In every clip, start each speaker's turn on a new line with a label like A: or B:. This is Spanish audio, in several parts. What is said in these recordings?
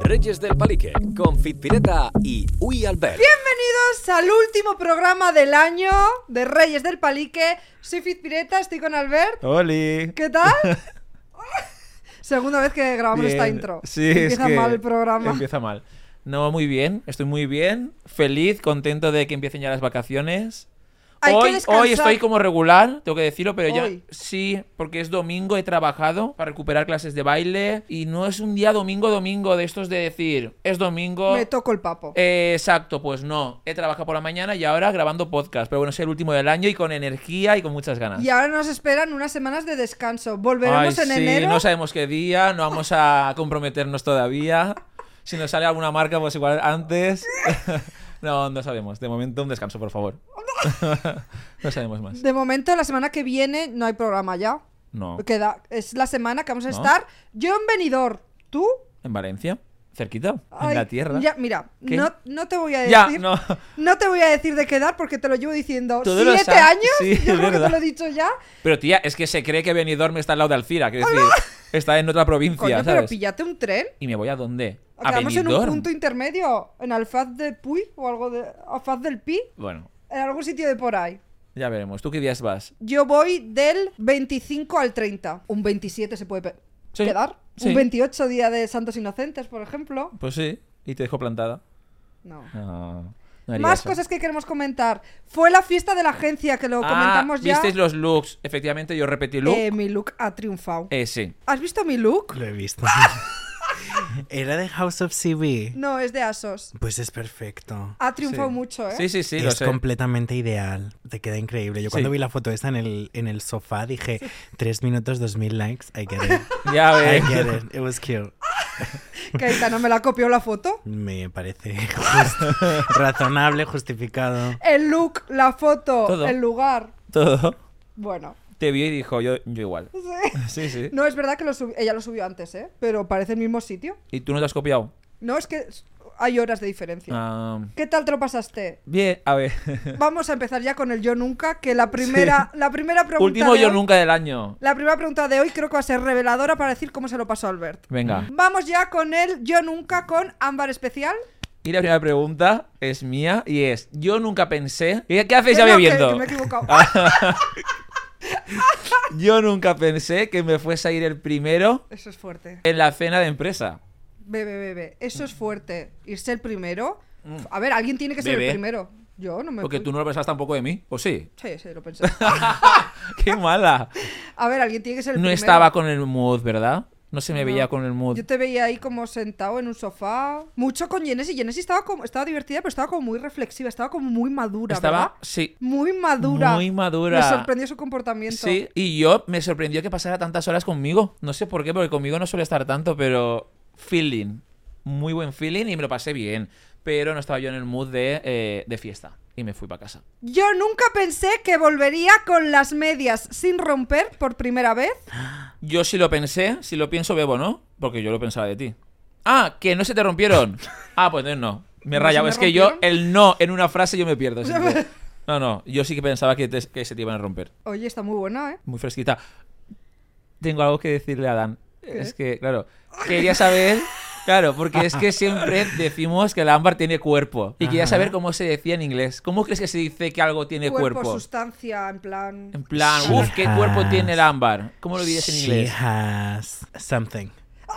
A: Reyes del Palique, con Fitpireta y Uy Albert.
B: Bienvenidos al último programa del año de Reyes del Palique. Soy Fitpireta, estoy con Albert.
C: ¡Oli!
B: ¿Qué tal? Ah, Segunda vez que grabamos
C: Bien.
B: esta intro.
C: Sí, es
B: Empieza
C: que
B: mal el programa.
C: Empieza mal. No, muy bien, estoy muy bien, feliz, contento de que empiecen ya las vacaciones.
B: Hay que
C: hoy,
B: descansar.
C: hoy estoy como regular, tengo que decirlo, pero
B: Hoy.
C: ya sí, porque es domingo, he trabajado para recuperar clases de baile y no es un día domingo, domingo de estos de decir, es domingo.
B: Me toco el papo.
C: Eh, exacto, pues no, he trabajado por la mañana y ahora grabando podcast, pero bueno, es el último del año y con energía y con muchas ganas.
B: Y ahora nos esperan unas semanas de descanso. Volveremos
C: Ay,
B: en
C: sí,
B: enero.
C: No sabemos qué día, no vamos a comprometernos todavía. Si nos sale alguna marca, pues igual antes. no, no sabemos. De momento, un descanso, por favor. no sabemos más.
B: De momento, la semana que viene no hay programa ya.
C: No.
B: Queda, es la semana que vamos a
C: No.
B: estar yo en Benidorm. ¿Tú?
C: ¿En Valencia? ¿Cerquita?
B: Ay,
C: ¿En la tierra?
B: ya, mira,
C: ¿Qué?
B: no, no te voy a decir.
C: Ya, no.
B: No te voy a decir de qué edad porque te lo llevo diciendo
C: Todos los
B: siete
C: a-
B: años.
C: Sí,
B: yo creo
C: es
B: que te
C: verdad.
B: lo he dicho ya.
C: Pero tía, es que se cree que Benidorm está al lado de Alcira. Quiero decir, está en otra provincia,
B: Coño, pero
C: ¿sabes?
B: pillate un tren.
C: ¿Y me voy a dónde? ¿A
B: Quedamos en un
C: Benidorm?
B: punto intermedio. En Alfaz de Puy o algo de. Alfaz del Pi.
C: Bueno,
B: En algún sitio de por ahí.
C: ya veremos. ¿Tú qué días vas?
B: Yo voy del 25 al 30. Un 27 se puede pe-
C: Sí,
B: quedar.
C: sí.
B: Un 28 día de Santos Inocentes, por ejemplo.
C: Pues sí, y te dejo plantada.
B: No.
C: No, no haría
B: Más
C: eso. Ah,
B: cosas que queremos comentar. Fue la fiesta de la agencia que lo comentamos ya.
C: ¿Visteis los looks? Efectivamente, yo repetí look.
B: Eh, mi look ha triunfado.
C: Eh, sí.
B: ¿Has visto mi look?
D: Lo he visto. Era de House of CB.
B: No, es de Asos.
D: Pues es perfecto.
B: Ha triunfado
C: Sí.
B: mucho, ¿eh?
C: Sí, sí, sí, lo
D: es
C: sé.
D: completamente ideal. Te queda increíble. Yo cuando
C: Sí.
D: vi la foto esta en el, en el sofá dije, tres minutos, dos mil likes. I get it.
C: Ya
D: I
C: ves.
D: get it. It was cute.
B: Caetano me la copió la foto.
D: Me parece justo, razonable, justificado.
B: El look, la foto,
C: Todo.
B: el lugar.
C: Todo.
B: Bueno,
C: Te vio y dijo, yo, yo igual. Sí, sí.
B: no es verdad que lo subi- ella lo subió antes, ¿eh? Pero parece el mismo sitio.
C: ¿Y tú no te has copiado?
B: No, es que s- hay horas de diferencia.
C: Ah,
B: ¿Qué tal te lo pasaste?
C: bien, a ver.
B: Vamos a empezar ya con el yo nunca, que la primera, la primera pregunta.
C: Último
B: de
C: yo
B: hoy-
C: nunca del año.
B: La primera pregunta de hoy creo que va a ser reveladora para decir cómo se lo pasó Albert.
C: Venga.
B: Vamos ya con el yo nunca con ámbar especial.
C: Y la primera pregunta es mía y es, yo nunca pensé... ¿Qué, qué hacéis
B: Que
C: ya
B: no, que-
C: bebiendo?
B: que me he equivocado.
C: Yo nunca pensé que me fuese a ir el primero
B: Eso es fuerte.
C: en la cena de empresa.
B: Bebe, bebe. Eso es fuerte. Irse el primero. A ver, alguien tiene que ser el
C: Mm. Bebé.
B: primero. Yo no me.
C: Porque
B: fui.
C: tú no lo pensabas tampoco de mí, ¿o sí?
B: Sí, sí, lo pensé.
C: ¡Qué mala!
B: A ver, alguien tiene que ser el
C: No
B: primero.
C: estaba con el mood, ¿verdad? No se me
B: No.
C: veía con el mood.
B: Yo te veía ahí como sentado en un sofá. Mucho con Genesi. Genesi estaba, como, estaba divertida, pero estaba como muy reflexiva. Estaba como muy madura,
C: Estaba,
B: ¿verdad?
C: sí,
B: Muy madura.
C: Muy madura.
B: Me sorprendió su comportamiento.
C: sí. Y yo me sorprendió que pasara tantas horas conmigo. No sé por qué, porque conmigo no suele estar tanto, pero feeling. Muy buen feeling y me lo pasé bien. Pero no estaba yo en el mood de, eh, de fiesta. Y me fui para casa.
B: Yo nunca pensé que volvería con las medias sin romper por primera vez.
C: Yo si lo pensé, si lo pienso, bebo, ¿no? Porque yo lo pensaba de ti. Ah, que no se te rompieron. Ah, pues entonces no. Me
B: ¿No
C: rayaba.
B: se me
C: Es que yo,
B: rompieron?
C: el no en una frase, yo me pierdo. siempre. No, no. Yo sí que pensaba que, te- que se te iban a romper.
B: Oye, está muy buena, ¿eh?
C: muy fresquita. Tengo algo que decirle a Dan. Es que, claro, quería saber. Claro, porque es que siempre decimos que el ámbar tiene cuerpo. Y quería
D: Ajá.
C: saber cómo se decía en inglés. ¿Cómo crees que se dice que algo tiene cuerpo?
B: sustancia, en plan.
C: En plan,
D: She
C: uff, ¿qué cuerpo
D: has-
C: tiene el ámbar? ¿Cómo lo dirías en
D: She
C: inglés?
D: has something.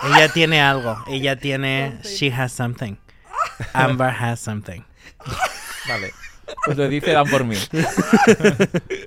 D: Ella tiene algo. Ella tiene. She has something. Amber has something.
C: Vale. Pues lo dice Dan por mí.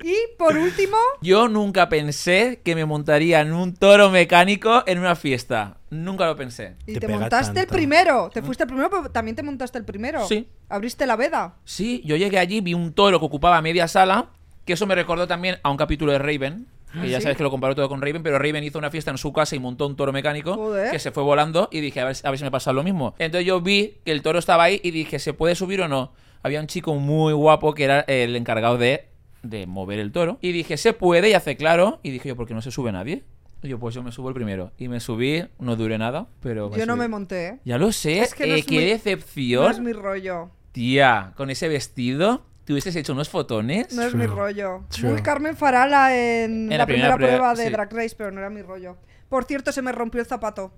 B: Y por último,
C: Yo nunca pensé que me montaría en un toro mecánico en una fiesta. Nunca lo pensé.
B: Y te,
D: Te pega
B: montaste el
D: tanto.
B: primero. Te fuiste el primero, pero también te montaste el primero.
C: Sí.
B: Abriste la veda.
C: Sí, yo llegué allí, vi un toro que ocupaba media sala, que eso me recordó también a un capítulo de Raven, que ya
B: Ah, sí.
C: sabes que lo comparó todo con Raven, pero Raven hizo una fiesta en su casa y montó un toro mecánico
B: Joder.
C: que se fue volando y dije, a ver, a ver si me pasa lo mismo. Entonces yo vi que el toro estaba ahí y dije, ¿se puede subir o no? Había un chico muy guapo que era el encargado de, de mover el toro y dije, se puede y hace claro. Y dije yo, ¿por qué no se sube nadie? Y yo, pues yo me subo el primero. Y me subí, no duré nada, pero...
B: Yo no
C: subí.
B: me monté, ¿eh?
C: Ya lo sé,
B: Es que no
C: eh,
B: es
C: qué
B: mi-
C: decepción.
B: No es mi rollo.
C: Tía, con ese vestido, ¿te hubieses hecho unos fotones?
B: No es mi
D: True.
B: rollo.
D: True.
B: Muy Carmen Farala en, la, primera,
C: prueba,
B: prueba de
C: sí.
B: Drag Race, pero no era mi rollo. Por cierto, se me rompió el zapato.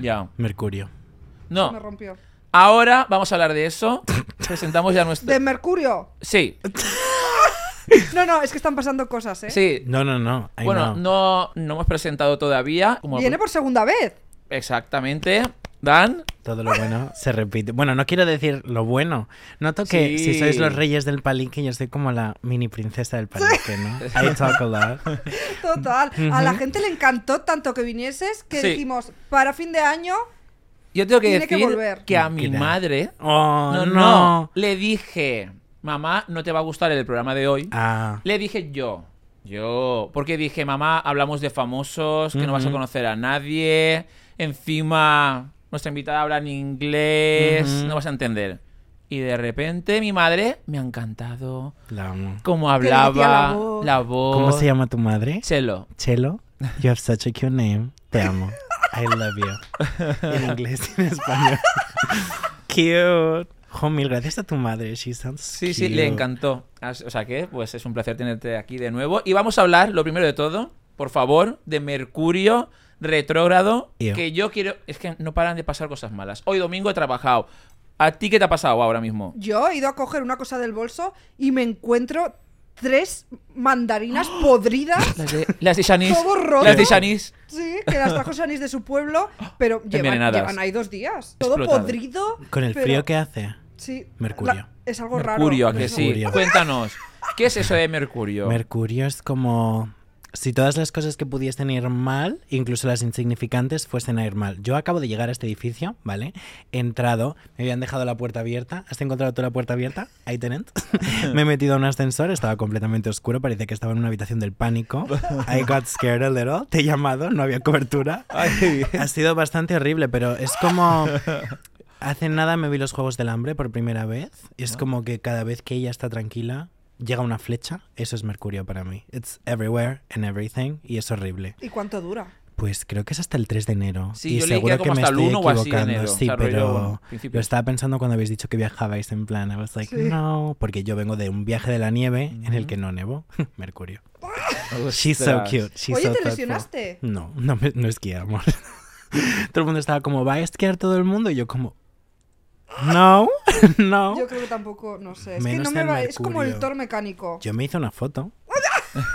C: Ya.
D: Mercurio.
B: Se me
C: No.
B: rompió.
C: Ahora vamos a hablar de eso. Presentamos ya nuestro.
B: De Mercurio.
C: Sí,
B: No, no, es que están pasando cosas, ¿eh?
C: sí.
D: No, no, no. I
C: Bueno,
D: know.
C: no, no hemos presentado todavía. Como
B: Viene por segunda vez.
C: Exactamente. Dan.
D: Todo lo bueno se repite. Bueno, no quiero decir lo bueno. Noto que
C: Sí.
D: si sois los reyes del palinque, yo soy como la mini princesa del palinque, ¿no? I talk a lot.
B: Total. A la gente le encantó tanto que vinieses que
C: Sí.
B: dijimos, para fin de año,
C: Yo tengo que
B: Tiene que
C: decir
B: volver.
C: a
D: Qué
C: mi
D: da.
C: madre.
D: Oh,
C: no,
D: no.
C: no. Le dije, mamá, no te va a gustar el programa de hoy.
D: Ah,
C: Le dije yo. Yo. Porque dije, mamá, hablamos de famosos, que no vas a
D: Ujú.
C: conocer a nadie. Encima, nuestra invitada habla en inglés.
D: Ujú.
C: No vas a entender. Y de repente mi madre me ha encantado.
D: la amo.
C: Cómo
B: Que le metía
C: hablaba,
B: la voz.
C: la voz.
D: ¿Cómo se llama tu madre?
C: Chelo.
D: Chelo, you have such a cute name. Te amo. I love you. En inglés y en español. Cute. Jo, mil gracias a tu madre. She sounds
C: Sí, sí,
D: cute.
C: le encantó. As- O sea que, pues es un placer tenerte aquí de nuevo. Y vamos a hablar, lo primero de todo, por favor, de Mercurio retrógrado.
D: Tío.
C: Que yo quiero. Es que no paran de pasar cosas malas. Hoy domingo he trabajado. ¿A ti qué te ha pasado ahora mismo?
B: yo he ido a coger una cosa del bolso y me encuentro tres mandarinas podridas.
C: Las de, las de Shanice.
B: Todo roto.
C: Las de Shanice.
B: Sí, que las trajo Sanis de su pueblo, pero llevan,
C: Envenenadas.
B: llevan ahí dos días. Todo
C: Explotado.
B: podrido.
D: Con el
B: pero-
D: frío que hace.
B: Sí.
D: Mercurio.
B: la- es algo
C: Mercurio, ¿a
B: raro.
C: que sí?
D: Mercurio.
C: Cuéntanos. ¿Qué es eso de Mercurio?
D: Mercurio es como si todas las cosas que pudiesen ir mal, incluso las insignificantes, fuesen a ir mal. Yo acabo de llegar a este edificio, ¿vale? He entrado, me habían dejado la puerta abierta. ¿Has encontrado tú la puerta abierta? Ahí tenent. me he metido a un ascensor, estaba completamente oscuro, parecía que estaba en una habitación del pánico. I got scared a little. Te he llamado, no había cobertura. Ha sido bastante horrible, pero es como... Hace nada me vi los Juegos del Hambre por primera vez. y
C: Ah.
D: Es como que cada vez que ella está tranquila, llega una flecha. Eso es Mercurio para mí. It's everywhere and everything. Y es horrible.
B: ¿Y cuánto dura?
D: Pues creo que es hasta el 3 de enero.
C: Sí,
D: y
C: yo leí que era
D: seguro
C: como hasta el 1 o así de enero, o
D: Sí,
C: sea, rollo
D: pero
C: principios.
D: lo estaba pensando cuando habéis dicho que viajabais en plan. I was like,
B: Sí.
D: no, porque yo vengo de un viaje de la nieve en el que no nevo. Mercurio.
C: Pues
D: She's so
C: Ostras.
D: cute. she's
B: Oye,
D: so
B: ¿te
D: thoughtful.
B: lesionaste?
D: No, no, me, no esquié, amor. todo el mundo estaba como, ¿va a esquiar todo el mundo? Y yo como, no, no.
B: Yo
D: Yo,
B: creo que tampoco, no sé. Es
D: Menos
B: que no me
D: el
B: va. Es como el
D: mercurio.
B: Thor mecánico.
D: me hice una foto.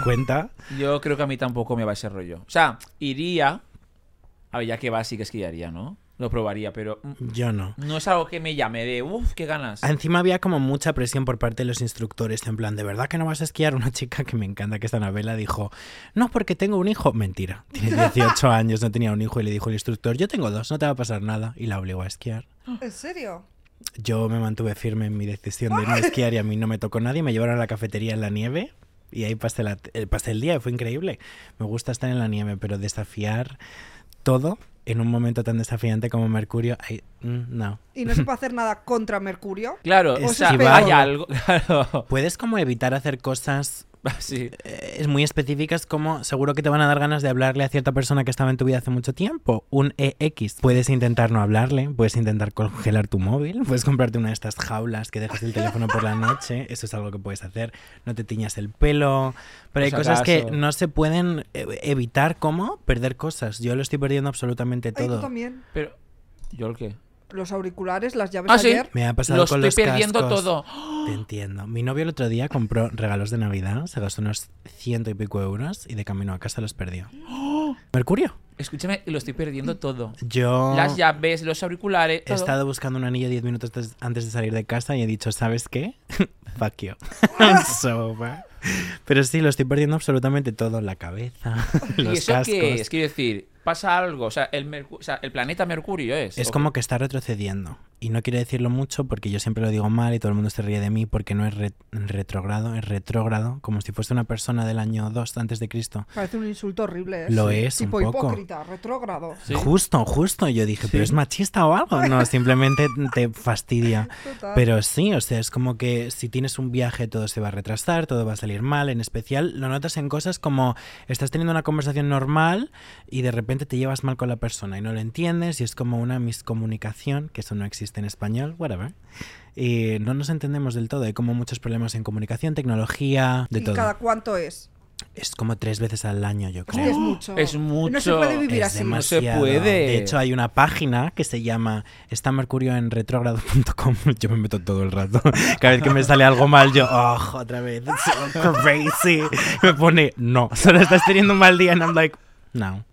D: Cuenta.
C: Yo creo que a mí tampoco me va ese rollo. O sea, iría. A ver, ya que va, sí que esquiaría, ¿no? Lo probaría, pero mm,
D: Yo no.
C: no es algo que me llame de uff, qué ganas.
D: Encima había como mucha presión por parte de los instructores, en plan, ¿de verdad que no vas a esquiar? Una chica que me encanta, que es Anabela, dijo, no, porque tengo un hijo. Mentira, tiene 18 años, no tenía un hijo y le dijo el instructor, yo tengo dos, no te va a pasar nada. Y la obligó a esquiar.
B: ¿En serio?
D: Yo me mantuve firme en mi decisión de no esquiar y a mí no me tocó nadie, me llevaron a la cafetería en la nieve. Y ahí pasé, la- eh, pasé el día, y fue increíble. Me gusta estar en la nieve, pero desafiar todo en un momento tan desafiante como Mercurio, I- mm, no.
B: ¿Y no se puede hacer nada contra Mercurio?
C: Claro, o
D: Es
C: sea,
D: esquivar.
C: hay algo. Claro.
D: Puedes como evitar hacer cosas
C: Sí.
D: eh, es muy específicas como seguro que te van a dar ganas de hablarle a cierta persona que estaba en tu vida hace mucho tiempo, un EX. Puedes intentar no hablarle, puedes intentar congelar tu móvil, puedes comprarte una de estas jaulas que dejas el teléfono por la noche, eso es algo que puedes hacer, no te tiñas el pelo, pero hay
C: Por si
D: cosas que
C: acaso.
D: no se pueden eh, evitar como perder cosas. Yo lo estoy perdiendo absolutamente
B: Ay, tú
D: todo.
B: también.
C: Pero. ¿Yo el qué?
B: Los auriculares, las llaves
C: Ah, sí.
B: ayer.
D: Me ha pasado
C: Lo
D: con
C: estoy
D: los
C: perdiendo
D: cascos.
C: todo.
D: Te entiendo. Mi novio el otro día compró regalos de Navidad, se gastó unos ciento y pico euros y de camino a casa los perdió. Mercurio.
C: Escúchame, lo estoy perdiendo todo.
D: Yo
C: Las llaves, los auriculares.
D: he
C: todo.
D: estado buscando un anillo 10 minutos des- antes de salir de casa y he dicho, ¿sabes qué? Fuck you. I'm so bad". Pero sí, lo estoy perdiendo absolutamente todo. La cabeza,
C: ¿Y
D: los
C: eso
D: cascos.
C: qué es? Quiero decir, pasa algo. O sea, el, mercu- o sea, el planeta Mercurio es.
D: Es
C: ¿o
D: como que está retrocediendo. Y no quiero decirlo mucho porque yo siempre lo digo mal y todo el mundo se ríe de mí porque no es re- retrogrado, es retrógrado, como si fuese una persona del año 2 antes de Cristo.
B: Parece un insulto horrible, ¿eh?
D: Lo
B: Sí.
D: es, un
B: Tipo
D: poco.
B: hipócrita, retrógrado.
C: qué? ¿Sí?
D: Justo, justo. Yo dije, ¿pero es machista o algo? No, simplemente te fastidia.
B: Total.
D: Ah, Pero sí, o sea, es como que si tienes un viaje todo se va a retrasar, todo va a salir mal, en especial lo notas en cosas como estás teniendo una conversación normal y de repente te llevas mal con la persona y no lo entiendes y es como una miscomunicación, que eso no existe en español, whatever. Y no nos entendemos del todo, hay como muchos problemas en comunicación, tecnología, de
B: ¿Y
D: todo.
B: cada cuánto es?
D: es como tres veces al año, yo
B: Hostia,
D: creo.
B: es mucho.
C: Es mucho.
B: No se puede vivir
D: Es
B: así.
C: demasiado.
D: demasiado.
C: puede.
D: De hecho, hay una página que se llama está mercurio en retrógrado.com. Yo me meto todo el rato. Cada vez que me sale algo mal, yo, oh, otra vez, it's so crazy. Me pone, no, solo estás teniendo un mal día. And I'm like, no.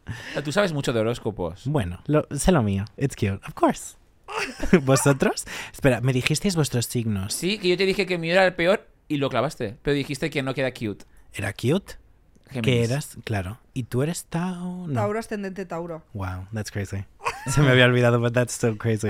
C: Tú sabes mucho de horóscopos.
D: Bueno, lo, sé lo mío. It's cute, of course. ¿Vosotros? Espera, me dijisteis vuestros signos.
C: Sí, que yo te dije que mi era el peor y lo clavaste. Pero dijiste que no queda cute.
D: ¿Era cute? ¿Qué
C: Géminis.
D: eras? Claro. ¿Y tú eres Tao? No.
B: Tauro ascendente Tauro.
D: Wow, that's crazy. Se me había olvidado, but that's still crazy.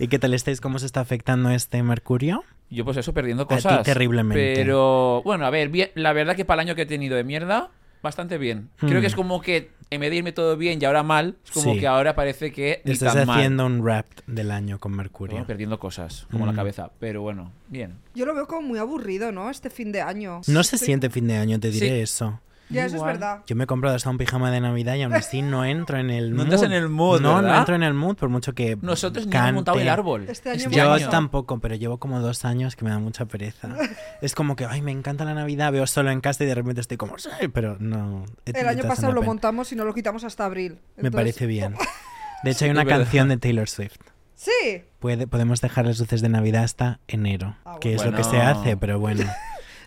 D: ¿Y qué tal estáis? ¿Cómo se está afectando este mercurio?
C: Yo pues eso, perdiendo
D: ti
C: cosas.
D: terriblemente.
C: Pero, bueno, a ver, bien, la verdad que para el año que he tenido de mierda, bastante bien. Creo
D: Hmm.
C: que es como que en vez de irme todo bien y ahora mal, es como
D: Sí.
C: que ahora parece que ni
D: Estás
C: tan mal. Oh,
D: haciendo un rap del año con mercurio.
C: Bueno, perdiendo cosas, como la
D: Mm.
C: cabeza. Pero bueno, bien.
B: Yo lo veo como muy aburrido, ¿no? Este fin de año.
D: No se
B: Estoy-
D: siente fin de año, te diré
C: Sí.
D: eso.
B: Ya, eso es
C: Igual.
B: verdad.
D: Yo me he comprado hasta un pijama de Navidad y aún así no entro en el
C: No
D: mood.
C: entras en el mood,
D: No, no
C: ¿verdad?
D: entro en el mood, por mucho que
C: Nosotros ni
D: cante.
C: hemos montado el árbol.
B: Este año
D: Yo
B: año.
D: tampoco, pero llevo como dos años que me da mucha pereza. Es como que, ay, me encanta la Navidad, veo solo en casa y de repente estoy como, sí, pero no. it-
B: El
D: it
B: año
D: doesn't
B: pasado lo
D: happen.
B: montamos y no lo quitamos hasta abril.
D: Me
B: Entonces-
D: parece bien. De hecho, hay
C: es
D: una
C: verdad.
D: canción de Taylor Swift.
B: Sí.
D: Puede, podemos dejar las luces de Navidad hasta enero,
B: Ah, bueno.
D: que es lo que se
C: Bueno.
D: hace, pero bueno.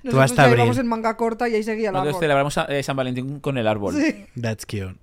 B: Nosotros
D: hasta
B: ya
D: abril.
B: íbamos en manga corta y ahí seguía la
C: Nosotros celebramos eh, San Valentín con el árbol.
B: Sí.
D: That's cute.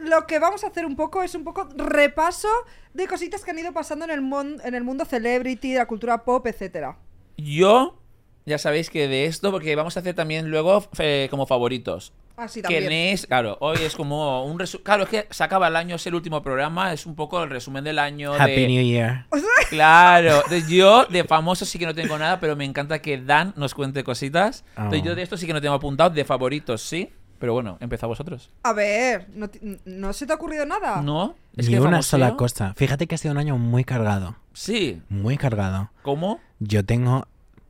B: Lo que vamos a hacer un poco es un poco repaso de cositas que han ido pasando en el, mon- en el mundo celebrity, de la cultura pop, etcétera.
C: Yo, ya sabéis que de esto, porque vamos a hacer también luego eh, como favoritos.
B: Así
C: Que
B: también.
C: es, claro, hoy es como un resumen. Claro, es que se acaba el año, es el último programa, es un poco el resumen del año.
D: Happy
C: de...
D: New Year.
C: Claro, entonces yo de famoso sí que no tengo nada, pero me encanta que Dan nos cuente cositas. Entonces
D: Oh.
C: yo de esto sí que no tengo apuntado, de favoritos sí, pero bueno, empezad vosotros.
B: A ver, ¿no, ti- no se te ha ocurrido nada?
C: ¿No?
D: Ni
C: que
D: una
C: famoseo-
D: sola cosa. Fíjate que ha sido un año muy cargado.
C: Sí,
D: Muy cargado.
C: ¿cómo?
D: Yo tengo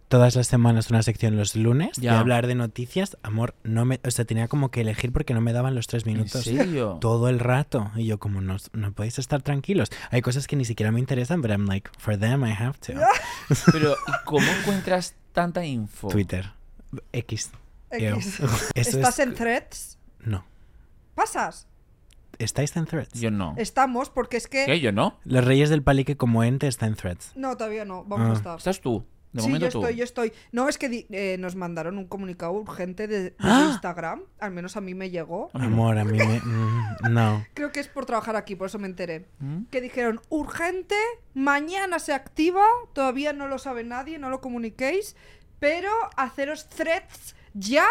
D: todas las semanas una sección los lunes de
C: Ya.
D: hablar de noticias. Amor, no me, o sea, tenía como que elegir porque no me daban los tres
C: ¿En
D: minutos.
C: serio?
D: Todo el rato. Y yo como, no, no podéis estar tranquilos. Hay cosas que ni siquiera me interesan, pero I'm like, for them I have to.
C: Pero ¿y cómo encuentras tanta info?
D: Twitter. X. Ew.
B: X.
D: Eso
B: ¿Estás
D: es...
B: en threads?
D: No.
B: ¿Pasas?
D: ¿Estáis en threads?
C: Yo no.
B: Estamos, porque es que...
C: ¿Qué? Yo no.
D: Los Reyes del Palique como ente está en threads.
B: No, todavía no, vamos
D: Ah.
B: a estar.
C: Estás tú. De
B: sí, yo
C: momento tú.
B: estoy, yo estoy. No, es que di- eh, nos mandaron un comunicado urgente de, de
D: ¡Ah!
B: Instagram, al menos a mí me llegó.
C: A mí no.
D: Amor, a mí me... mm, no.
B: Creo que es por trabajar aquí, por eso me enteré.
C: ¿Mm?
B: Que dijeron, urgente, mañana se activa, todavía no lo sabe nadie, no lo comuniquéis, pero haceros threads ya,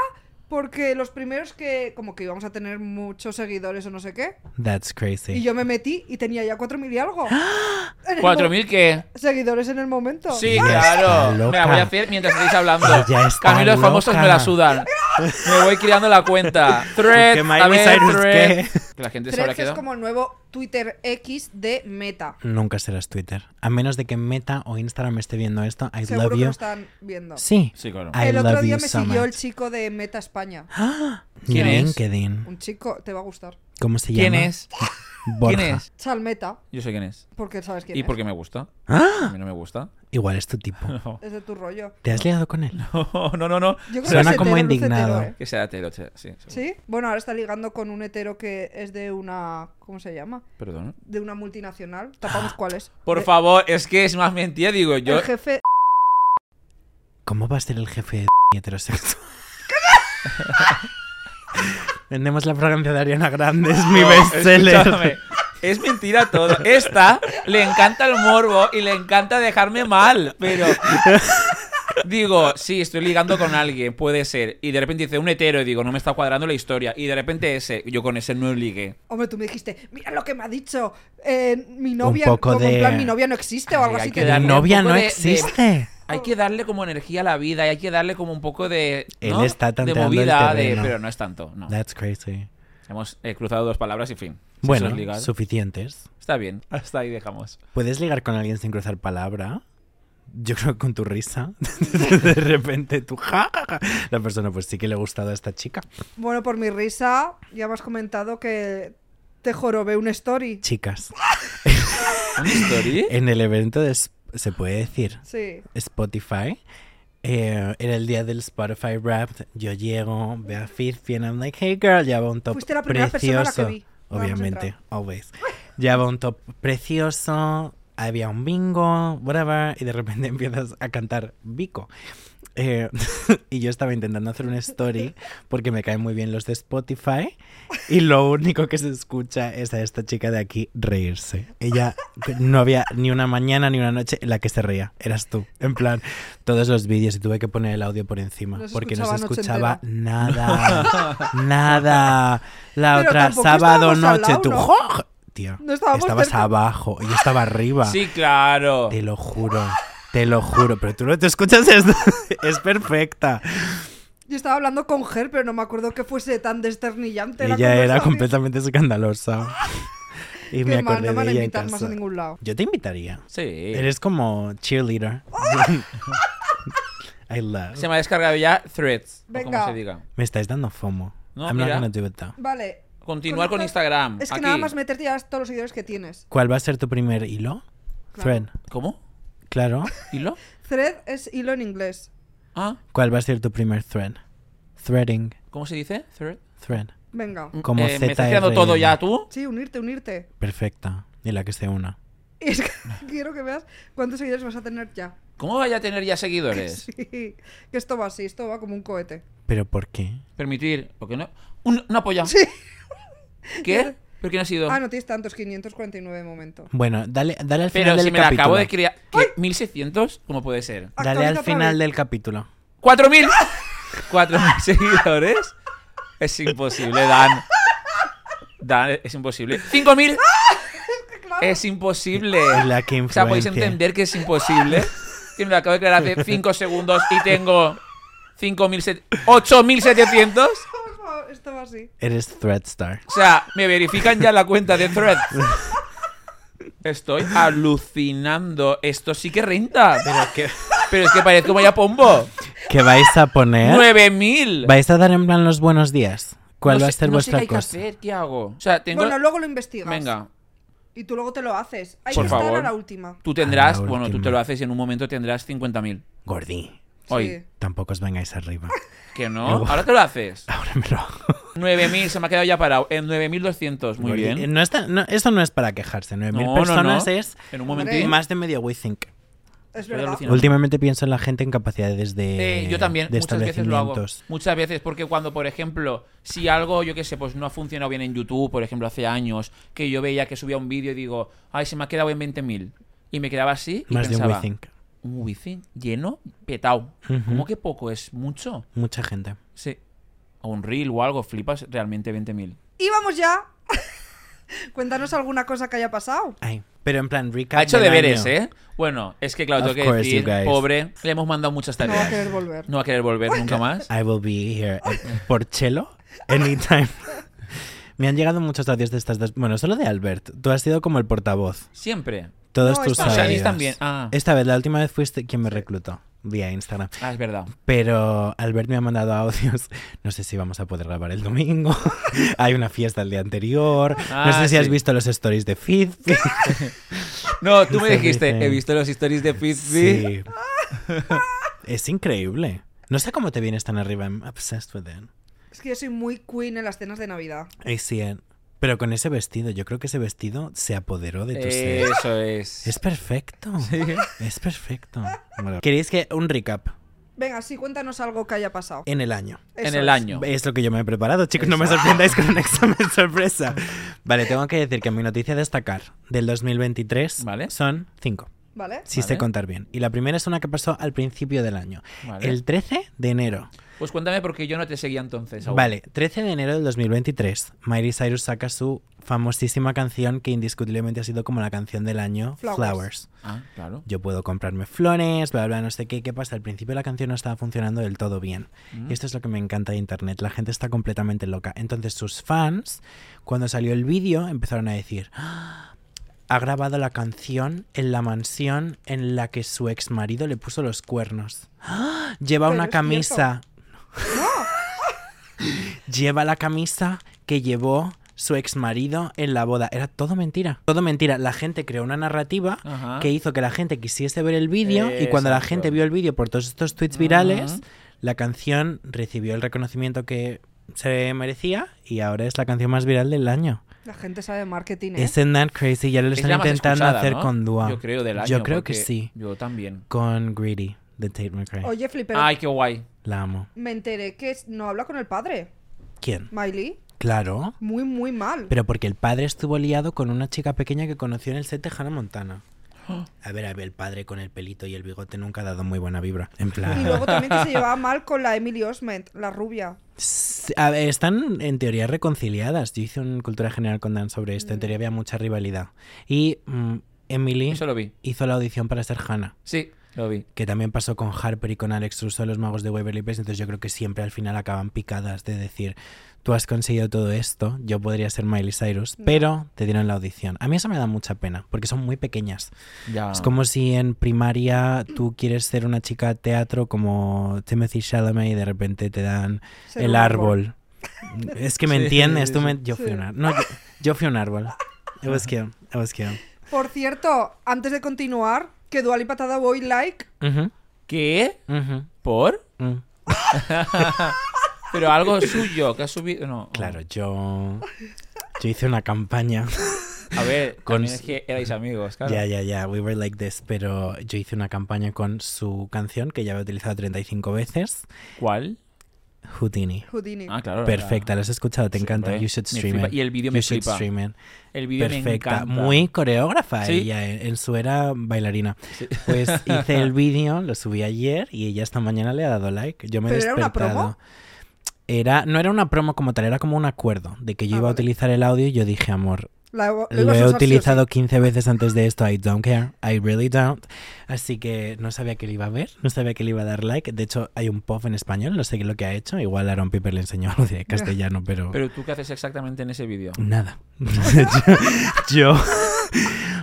B: porque los primeros que como que íbamos a tener muchos seguidores o no sé qué,
D: That's crazy.
B: y yo me metí y tenía ya 4.000 y algo.
C: ¡Ah!
B: En el mo-
C: ¿4.000 qué?
B: Seguidores en el momento.
C: Sí,
D: Ella
C: claro.
D: está
C: Me la voy
D: loca.
C: a hacer mientras estáis hablando.
D: Ella está
C: a mí los famosos
D: loca.
C: me la sudan. Me voy creando la cuenta. Thread,
D: Que Miley
C: a ver,
D: Cyrus,
C: thread. Que la gente se
B: Threads
C: habrá
B: es
C: quedado.
B: como el nuevo Twitter X de Meta.
D: Nunca serás Twitter. A menos de que Meta o Instagram esté viendo esto. I
B: Seguro
D: love
B: que
D: you.
B: lo están viendo.
D: Sí.
C: Sí, claro.
D: I
B: el otro
D: love
B: día
D: you
B: me
D: so
B: siguió el
D: much.
B: chico de Meta España.
C: ¡Ah! ¿Quién es?
D: LinkedIn.
B: Un chico, te va a gustar.
D: ¿Cómo se llama?
C: ¿Quién es?
D: Borja.
C: ¿Quién es?
B: Chal Meta,
C: Yo sé quién es.
B: porque sabes quién
C: y
B: es.
C: porque me gusta. A mí no me gusta.
D: ¡Ah! Igual es tu tipo.
B: Es de tu rollo.
D: ¿Te has liado con él?
C: No, no, no.
B: Yo creo
D: Suena
B: que es
D: como
B: hetero, luz
D: indignado.
B: hetero, ¿eh?
C: Que sea hetero, che- sí. seguro.
B: ¿Sí? Bueno, ahora está ligando con un hetero que es de una. ¿Cómo se llama?
C: Perdón.
B: De una multinacional. Tapamos cuál es.
C: Por
B: De-
C: favor, es que es más mentira, digo yo.
B: El jefe.
D: ¿Cómo va a ser el jefe de heterosexual? Vendemos la fragancia de Ariana Grande, es mi
C: No,
D: bestseller.
C: escúchame, Es mentira todo. Esta le encanta el morbo y le encanta dejarme mal, pero. Digo, sí, estoy ligando con alguien, puede ser. Y de repente dice un hetero y digo, no me está cuadrando la historia. Y de repente ese, yo con ese no ligue.
B: Hombre, tú me dijiste, mira lo que me ha dicho. eh, mi novia.
D: poco
B: como en
D: de-
B: plan, mi novia no existe o algo
C: Ay, hay
B: así.
C: que
B: te
D: La
C: darle
B: digo.
C: un
D: novia
C: poco
D: no
C: de- de-
D: existe.
C: Hay que darle como energía a la vida y hay que darle como un poco de. ¿no?
D: Él está
C: de
D: tanteando
C: movida,
D: el
C: de,
D: terreno.
C: pero no es tanto. No.
D: That's crazy.
C: Hemos eh, cruzado dos palabras y fin. Si
D: Bueno,
C: eso es ligar,
D: suficientes.
C: Está bien, hasta ahí dejamos.
D: ¿Puedes ligar con alguien sin cruzar palabra? Yo creo que con tu risa. De repente tú, ja, ja, ja. La persona, pues sí que le ha gustado a esta chica.
B: Bueno, por mi risa, ya me has comentado que te jorobé un story.
D: Chicas,
C: ¿Una story?
D: en el evento de. Sp- ¿Se puede decir?
B: Sí.
D: Spotify eh, era el día del Spotify Wrapped. Yo llego, veo a Fifty and I'm like, hey girl, llevaba un top
B: Fuiste la primera persona a la que
D: precioso.
B: vi. Vamos a
D: Obviamente,
B: entrar.
D: always. Llevaba un top precioso, había un bingo, whatever, y de repente empiezas a cantar Vico. Eh, y yo estaba intentando hacer una story porque me caen muy bien los de Spotify y lo único que se escucha es a esta chica de aquí reírse. Ella no había ni una mañana ni una noche en la que se reía, eras tú. En plan, todos los vídeos y tuve que poner el audio por encima
B: No se
D: porque no se
B: escuchaba
D: escuchaba nada. nada. La
B: Pero
D: otra,
B: tampoco
D: sábado
B: estábamos al
D: noche,
B: lado,
D: tú.
B: ¿no?
D: ¡jo! Tía,
B: No estábamos
D: estabas
B: cerca.
D: abajo y yo estaba arriba.
C: Sí, claro.
D: Te lo juro, te lo juro, pero tú no te escuchas esto. Es perfecta.
B: Yo estaba hablando con Ger, pero no me acuerdo que fuese tan desternillante. la
D: Ella era
B: conversación.
D: completamente escandalosa. Y me
B: Qué mal,
D: acordé
B: no me van
D: de
B: a
D: ella en
B: invitar más a
D: casa.
B: ningún lado.
D: Yo te invitaría.
C: Sí.
D: Eres como cheerleader. I love.
C: Se me ha descargado ya Threads. o
B: Venga.
C: como se diga.
D: Me estáis dando fomo.
C: No,
D: I'm not
C: mira.
D: gonna do it though.
B: Vale.
C: Continuar con
B: Conecta-
C: Instagram.
B: Es que
C: aquí.
B: nada más meterte ya todos los seguidores que tienes.
D: ¿Cuál va a ser tu primer hilo? Thread.
B: Claro.
C: ¿Cómo?
D: Claro.
C: ¿Hilo?
B: Thread es hilo en inglés.
C: Ah,
D: ¿Cuál va a ser tu primer thread? Threading.
C: ¿cómo se dice? Thread.
D: Thread.
B: Venga.
D: Como
C: Eh, ¿Me estás
D: ZRL.
C: creando todo ya tú?
B: Sí, unirte, unirte.
D: Perfecta. Y la que se una.
B: Y es que quiero que veas cuántos seguidores vas a tener ya.
C: ¿Cómo vaya a tener ya seguidores?
B: Sí. Que esto va así, esto va como un cohete.
D: ¿Pero por qué?
C: Permitir. ¿Por qué no? Un, una polla.
B: Sí.
C: ¿Qué? ¿Por qué no ha sido?
B: Ah, no tienes tantos, 549 de momento.
D: Bueno, dale, dale al final
C: Pero
D: del
C: si me la
D: capítulo.
C: acabo de crear. ¿Qué? ¿1600? ¿Cómo puede ser?
D: Dale
B: Actualiza
D: al
B: otra
D: final
B: vez.
D: del capítulo.
C: ¿4000? ¿4000 seguidores? Es imposible, Dan. Dan, es imposible. ¿5000?
D: este.
C: Es imposible.
D: La que
C: O sea, podéis
D: influencia.
C: entender que es imposible. Que me lo acabo de crear hace 5 segundos y tengo 5.000... 8.700.
B: Por favor, Esto va así.
D: Eres Threadstar.
C: O sea, me verifican ya la cuenta de Threads. Estoy alucinando. Esto sí que renta. Pero,
D: ¿Qué,
C: es que parezco Maya Pombo.
D: vais a poner?
C: ¡9000!
D: ¿Vais a dar en plan los buenos días? ¿Cuál
C: No
D: va a
C: sé-
D: ser
C: no sé
D: vuestra
C: qué hay
D: cosa?
C: Que hacer, ¿Qué hago? O sea, tengo.
B: Bueno, luego lo investigas.
C: Venga,
B: Y tú luego te lo haces. Hay
C: Por
B: que estar
C: favor.
B: a la última.
C: tú tendrás.
D: A Ah, la
C: Bueno, tú
D: última.
C: te lo haces y en un momento tendrás 50.000.
D: Gordi,
C: Hoy.
D: tampoco os vengáis arriba.
C: Que no.
D: Luego.
C: Ahora te lo haces.
D: Ahora me lo hago.
C: 9.000, se me ha quedado ya parado. En 9.200. Muy
D: Gordi, eh,
C: bien.
D: No está, no, esto no es para quejarse. 9.000
C: No, no,
D: personas
C: no.
D: es
C: En un
B: Hombre.
C: momentito.
D: más de medio WeThink.
B: Sí, es
C: Estoy
B: verdad.
C: alucinando.
D: Últimamente pienso en la gente en capacidades de.
C: Eh, yo también,
D: de
C: muchas veces lo hago.
D: establecimientos.
C: Muchas veces, porque cuando, por ejemplo, si algo, yo qué sé, pues no ha funcionado bien en YouTube, por ejemplo, hace años, que yo veía que subía un vídeo y digo, ay, se me ha quedado en 20.000. Y me quedaba así y
D: Más de un
C: pensaba,
D: WeThink.
C: un wifi lleno, petao.
D: Ujú.
C: ¿Cómo que poco? ¿Es mucho?
D: Mucha gente.
C: Sí. O un reel o algo, flipas realmente 20.000.
B: Y vamos ya. Cuéntanos alguna cosa que haya pasado.
D: Ay, pero en plan, recap.
C: Ha hecho
D: del
C: deberes,
D: año.
C: ¿eh? Bueno, es que claro,
D: Of
C: tengo que
D: course,
C: decir,
D: you guys.
C: pobre, le hemos mandado muchas
B: No va a querer
C: tareas.
B: volver.
C: No va a querer volver nunca más.
D: I will be here at Porcello anytime. Me han llegado muchos audios de estas dos. Bueno, solo de Albert. Tú has sido como el portavoz.
C: Siempre.
D: Todos
B: No,
D: tus
B: esta vez.
D: audios.
C: Shanice también, ah.
D: Esta vez, la última vez fuiste quien me reclutó vía Instagram.
C: Ah, es verdad.
D: Pero Albert me ha mandado audios. No sé si vamos a poder grabar el domingo. Hay una fiesta el día anterior.
C: Ah,
D: no sé si has
C: sí.
D: visto los stories de Fizzy.
C: No, tú me
D: Se
C: dijiste,
D: dice-
C: he visto los stories de Fitzy.
D: Sí. Es increíble. No sé cómo te vienes tan arriba. I'm obsessed with it.
B: Es que yo soy muy queen en las cenas de Navidad.
D: Ay, sí, eh. Pero con ese vestido, yo creo que ese vestido se apoderó de tu ser.
C: Eso es.
D: Es perfecto. Es perfecto. ¿Queréis que un recap
B: Venga, sí, cuéntanos algo que haya pasado.
D: en el año?
C: En
B: Eso
C: el
B: es.
C: año.
D: Es lo que yo me he preparado, chicos. No me sorprendáis con un examen sorpresa. Vale, tengo que decir que mi noticia a destacar del 2023
C: Vale.
D: son cinco.
B: ¿Vale?
D: Si
C: Vale.
D: sé contar bien. Y la primera es una que pasó al principio del año.
C: Vale.
D: El 13 de enero.
C: Pues cuéntame porque yo no te seguía entonces. aún.
D: Vale, 13 de enero del 2023, Miley Cyrus saca su famosísima canción que indiscutiblemente ha sido como la canción del año,
B: Flowers.
D: Flowers.
C: Ah, claro.
D: Yo puedo comprarme flores, bla, bla, no sé qué, qué pasa. Al principio la canción no estaba funcionando del todo bien. Y esto es lo que me encanta de Internet, la gente está completamente loca. Entonces sus fans, cuando salió el vídeo, empezaron a decir, "Ah, ha grabado la canción en la mansión en la que su ex marido le puso los cuernos. Ah, Lleva
B: Pero
D: una
B: es
D: camisa lleva la camisa que llevó su ex marido en la boda. Era todo mentira. Todo mentira. La gente creó una narrativa
C: Ajá.
D: que hizo que la gente quisiese ver el vídeo y cuando la
C: Exacto.
D: gente vio el vídeo por todos estos tweets virales, la canción recibió el reconocimiento que se merecía y ahora es la canción más viral del año.
B: La gente sabe de marketing, ¿eh?
D: Isn't that crazy? Ya lo
C: Es
D: están
C: la más
D: intentando
C: escuchada,
D: hacer
C: ¿no?
D: con Dua.
C: Yo creo del año.
D: Yo creo que
C: porque
D: sí.
C: Yo también.
D: Con Greedy, de Tate McRae.
B: Oye, Flipper,
C: Ay, qué guay.
D: La amo.
B: me enteré que es- no habla con el padre,
D: ¿Quién?
B: Miley.
D: Claro.
B: Muy, muy mal.
D: Pero porque el padre estuvo liado con una chica pequeña que conoció en el set de Hannah Montana. A ver, a ver, el padre con el pelito y el bigote nunca ha dado muy buena vibra. En
B: Y
D: plan.
B: luego también que se llevaba mal con la Emily Osment, la rubia.
D: Sí, a ver, están en teoría reconciliadas. Yo hice un cultura general con Dan sobre esto. En teoría había mucha rivalidad. Y mm, Emily
C: Eso lo vi.
D: hizo la audición para ser Hannah.
C: Sí, lo vi.
D: Que también pasó con Harper y con Alex Russo, los magos de Waverly Place. Entonces yo creo que siempre al final acaban picadas de decir, tú has conseguido todo esto, yo podría ser Miley Cyrus, pero te dieron la audición. A mí eso me da mucha pena, porque son muy pequeñas.
C: Ya.
D: Es como si en primaria tú quieres ser una chica de teatro como Timothy Chalamet y de repente te dan
B: Ser
D: el
B: un
D: árbol. Es que me
C: Sí,
D: entiendes,
C: sí,
D: tú
C: sí.
D: me- yo fui
B: Sí.
D: un árbol. No, yo, yo fui un árbol. It was cute, it was cute.
B: Por cierto, antes de continuar, que Dual y Patada Boy like.
D: Ujú,
C: ¿Qué?
D: ujú,
C: ¿Por?
D: mm.
C: Pero algo suyo que ha subido. No.
D: Claro, yo, yo hice una campaña.
C: A ver,
D: Con-
C: también es que erais amigos, claro.
D: Ya, ya, ya, we were like this, pero yo hice una campaña con su canción que ya había utilizado 35 veces,
C: ¿Cuál?
D: Houdini.
B: Houdini.
C: Ah, claro.
D: Perfecta, la has escuchado, te
C: Sí,
D: encanta.
C: hombre.
D: You should
C: Me
D: stream
C: flipa.
D: it.
C: Y el vídeo
D: You
C: me
D: should
C: flipa.
D: stream it.
C: El vídeo me
D: Perfecta,
C: encanta.
D: muy coreógrafa
C: Sí.
D: ella, en, en su era bailarina.
C: Sí.
D: Pues hice el vídeo, lo subí ayer y ella esta mañana le ha dado like. Yo me he
B: ¿Pero era una
D: despertado.
B: promo?
D: Era, no era una promo como tal, era como un acuerdo de que yo
B: Ah,
D: iba a
B: vale.
D: utilizar el audio y yo dije, amor,
B: La- la-
D: lo
B: los
D: he
B: usos-
D: utilizado 15 veces antes de esto, I don't care, I really don't. Así que no sabía que le iba a ver, no sabía que le iba a dar like. De hecho, hay un pop en español, no sé lo que ha hecho. Igual Aaron Piper le enseñó algo de castellano, pero...
C: Pero tú qué haces exactamente en ese vídeo.
D: Nada. yo, yo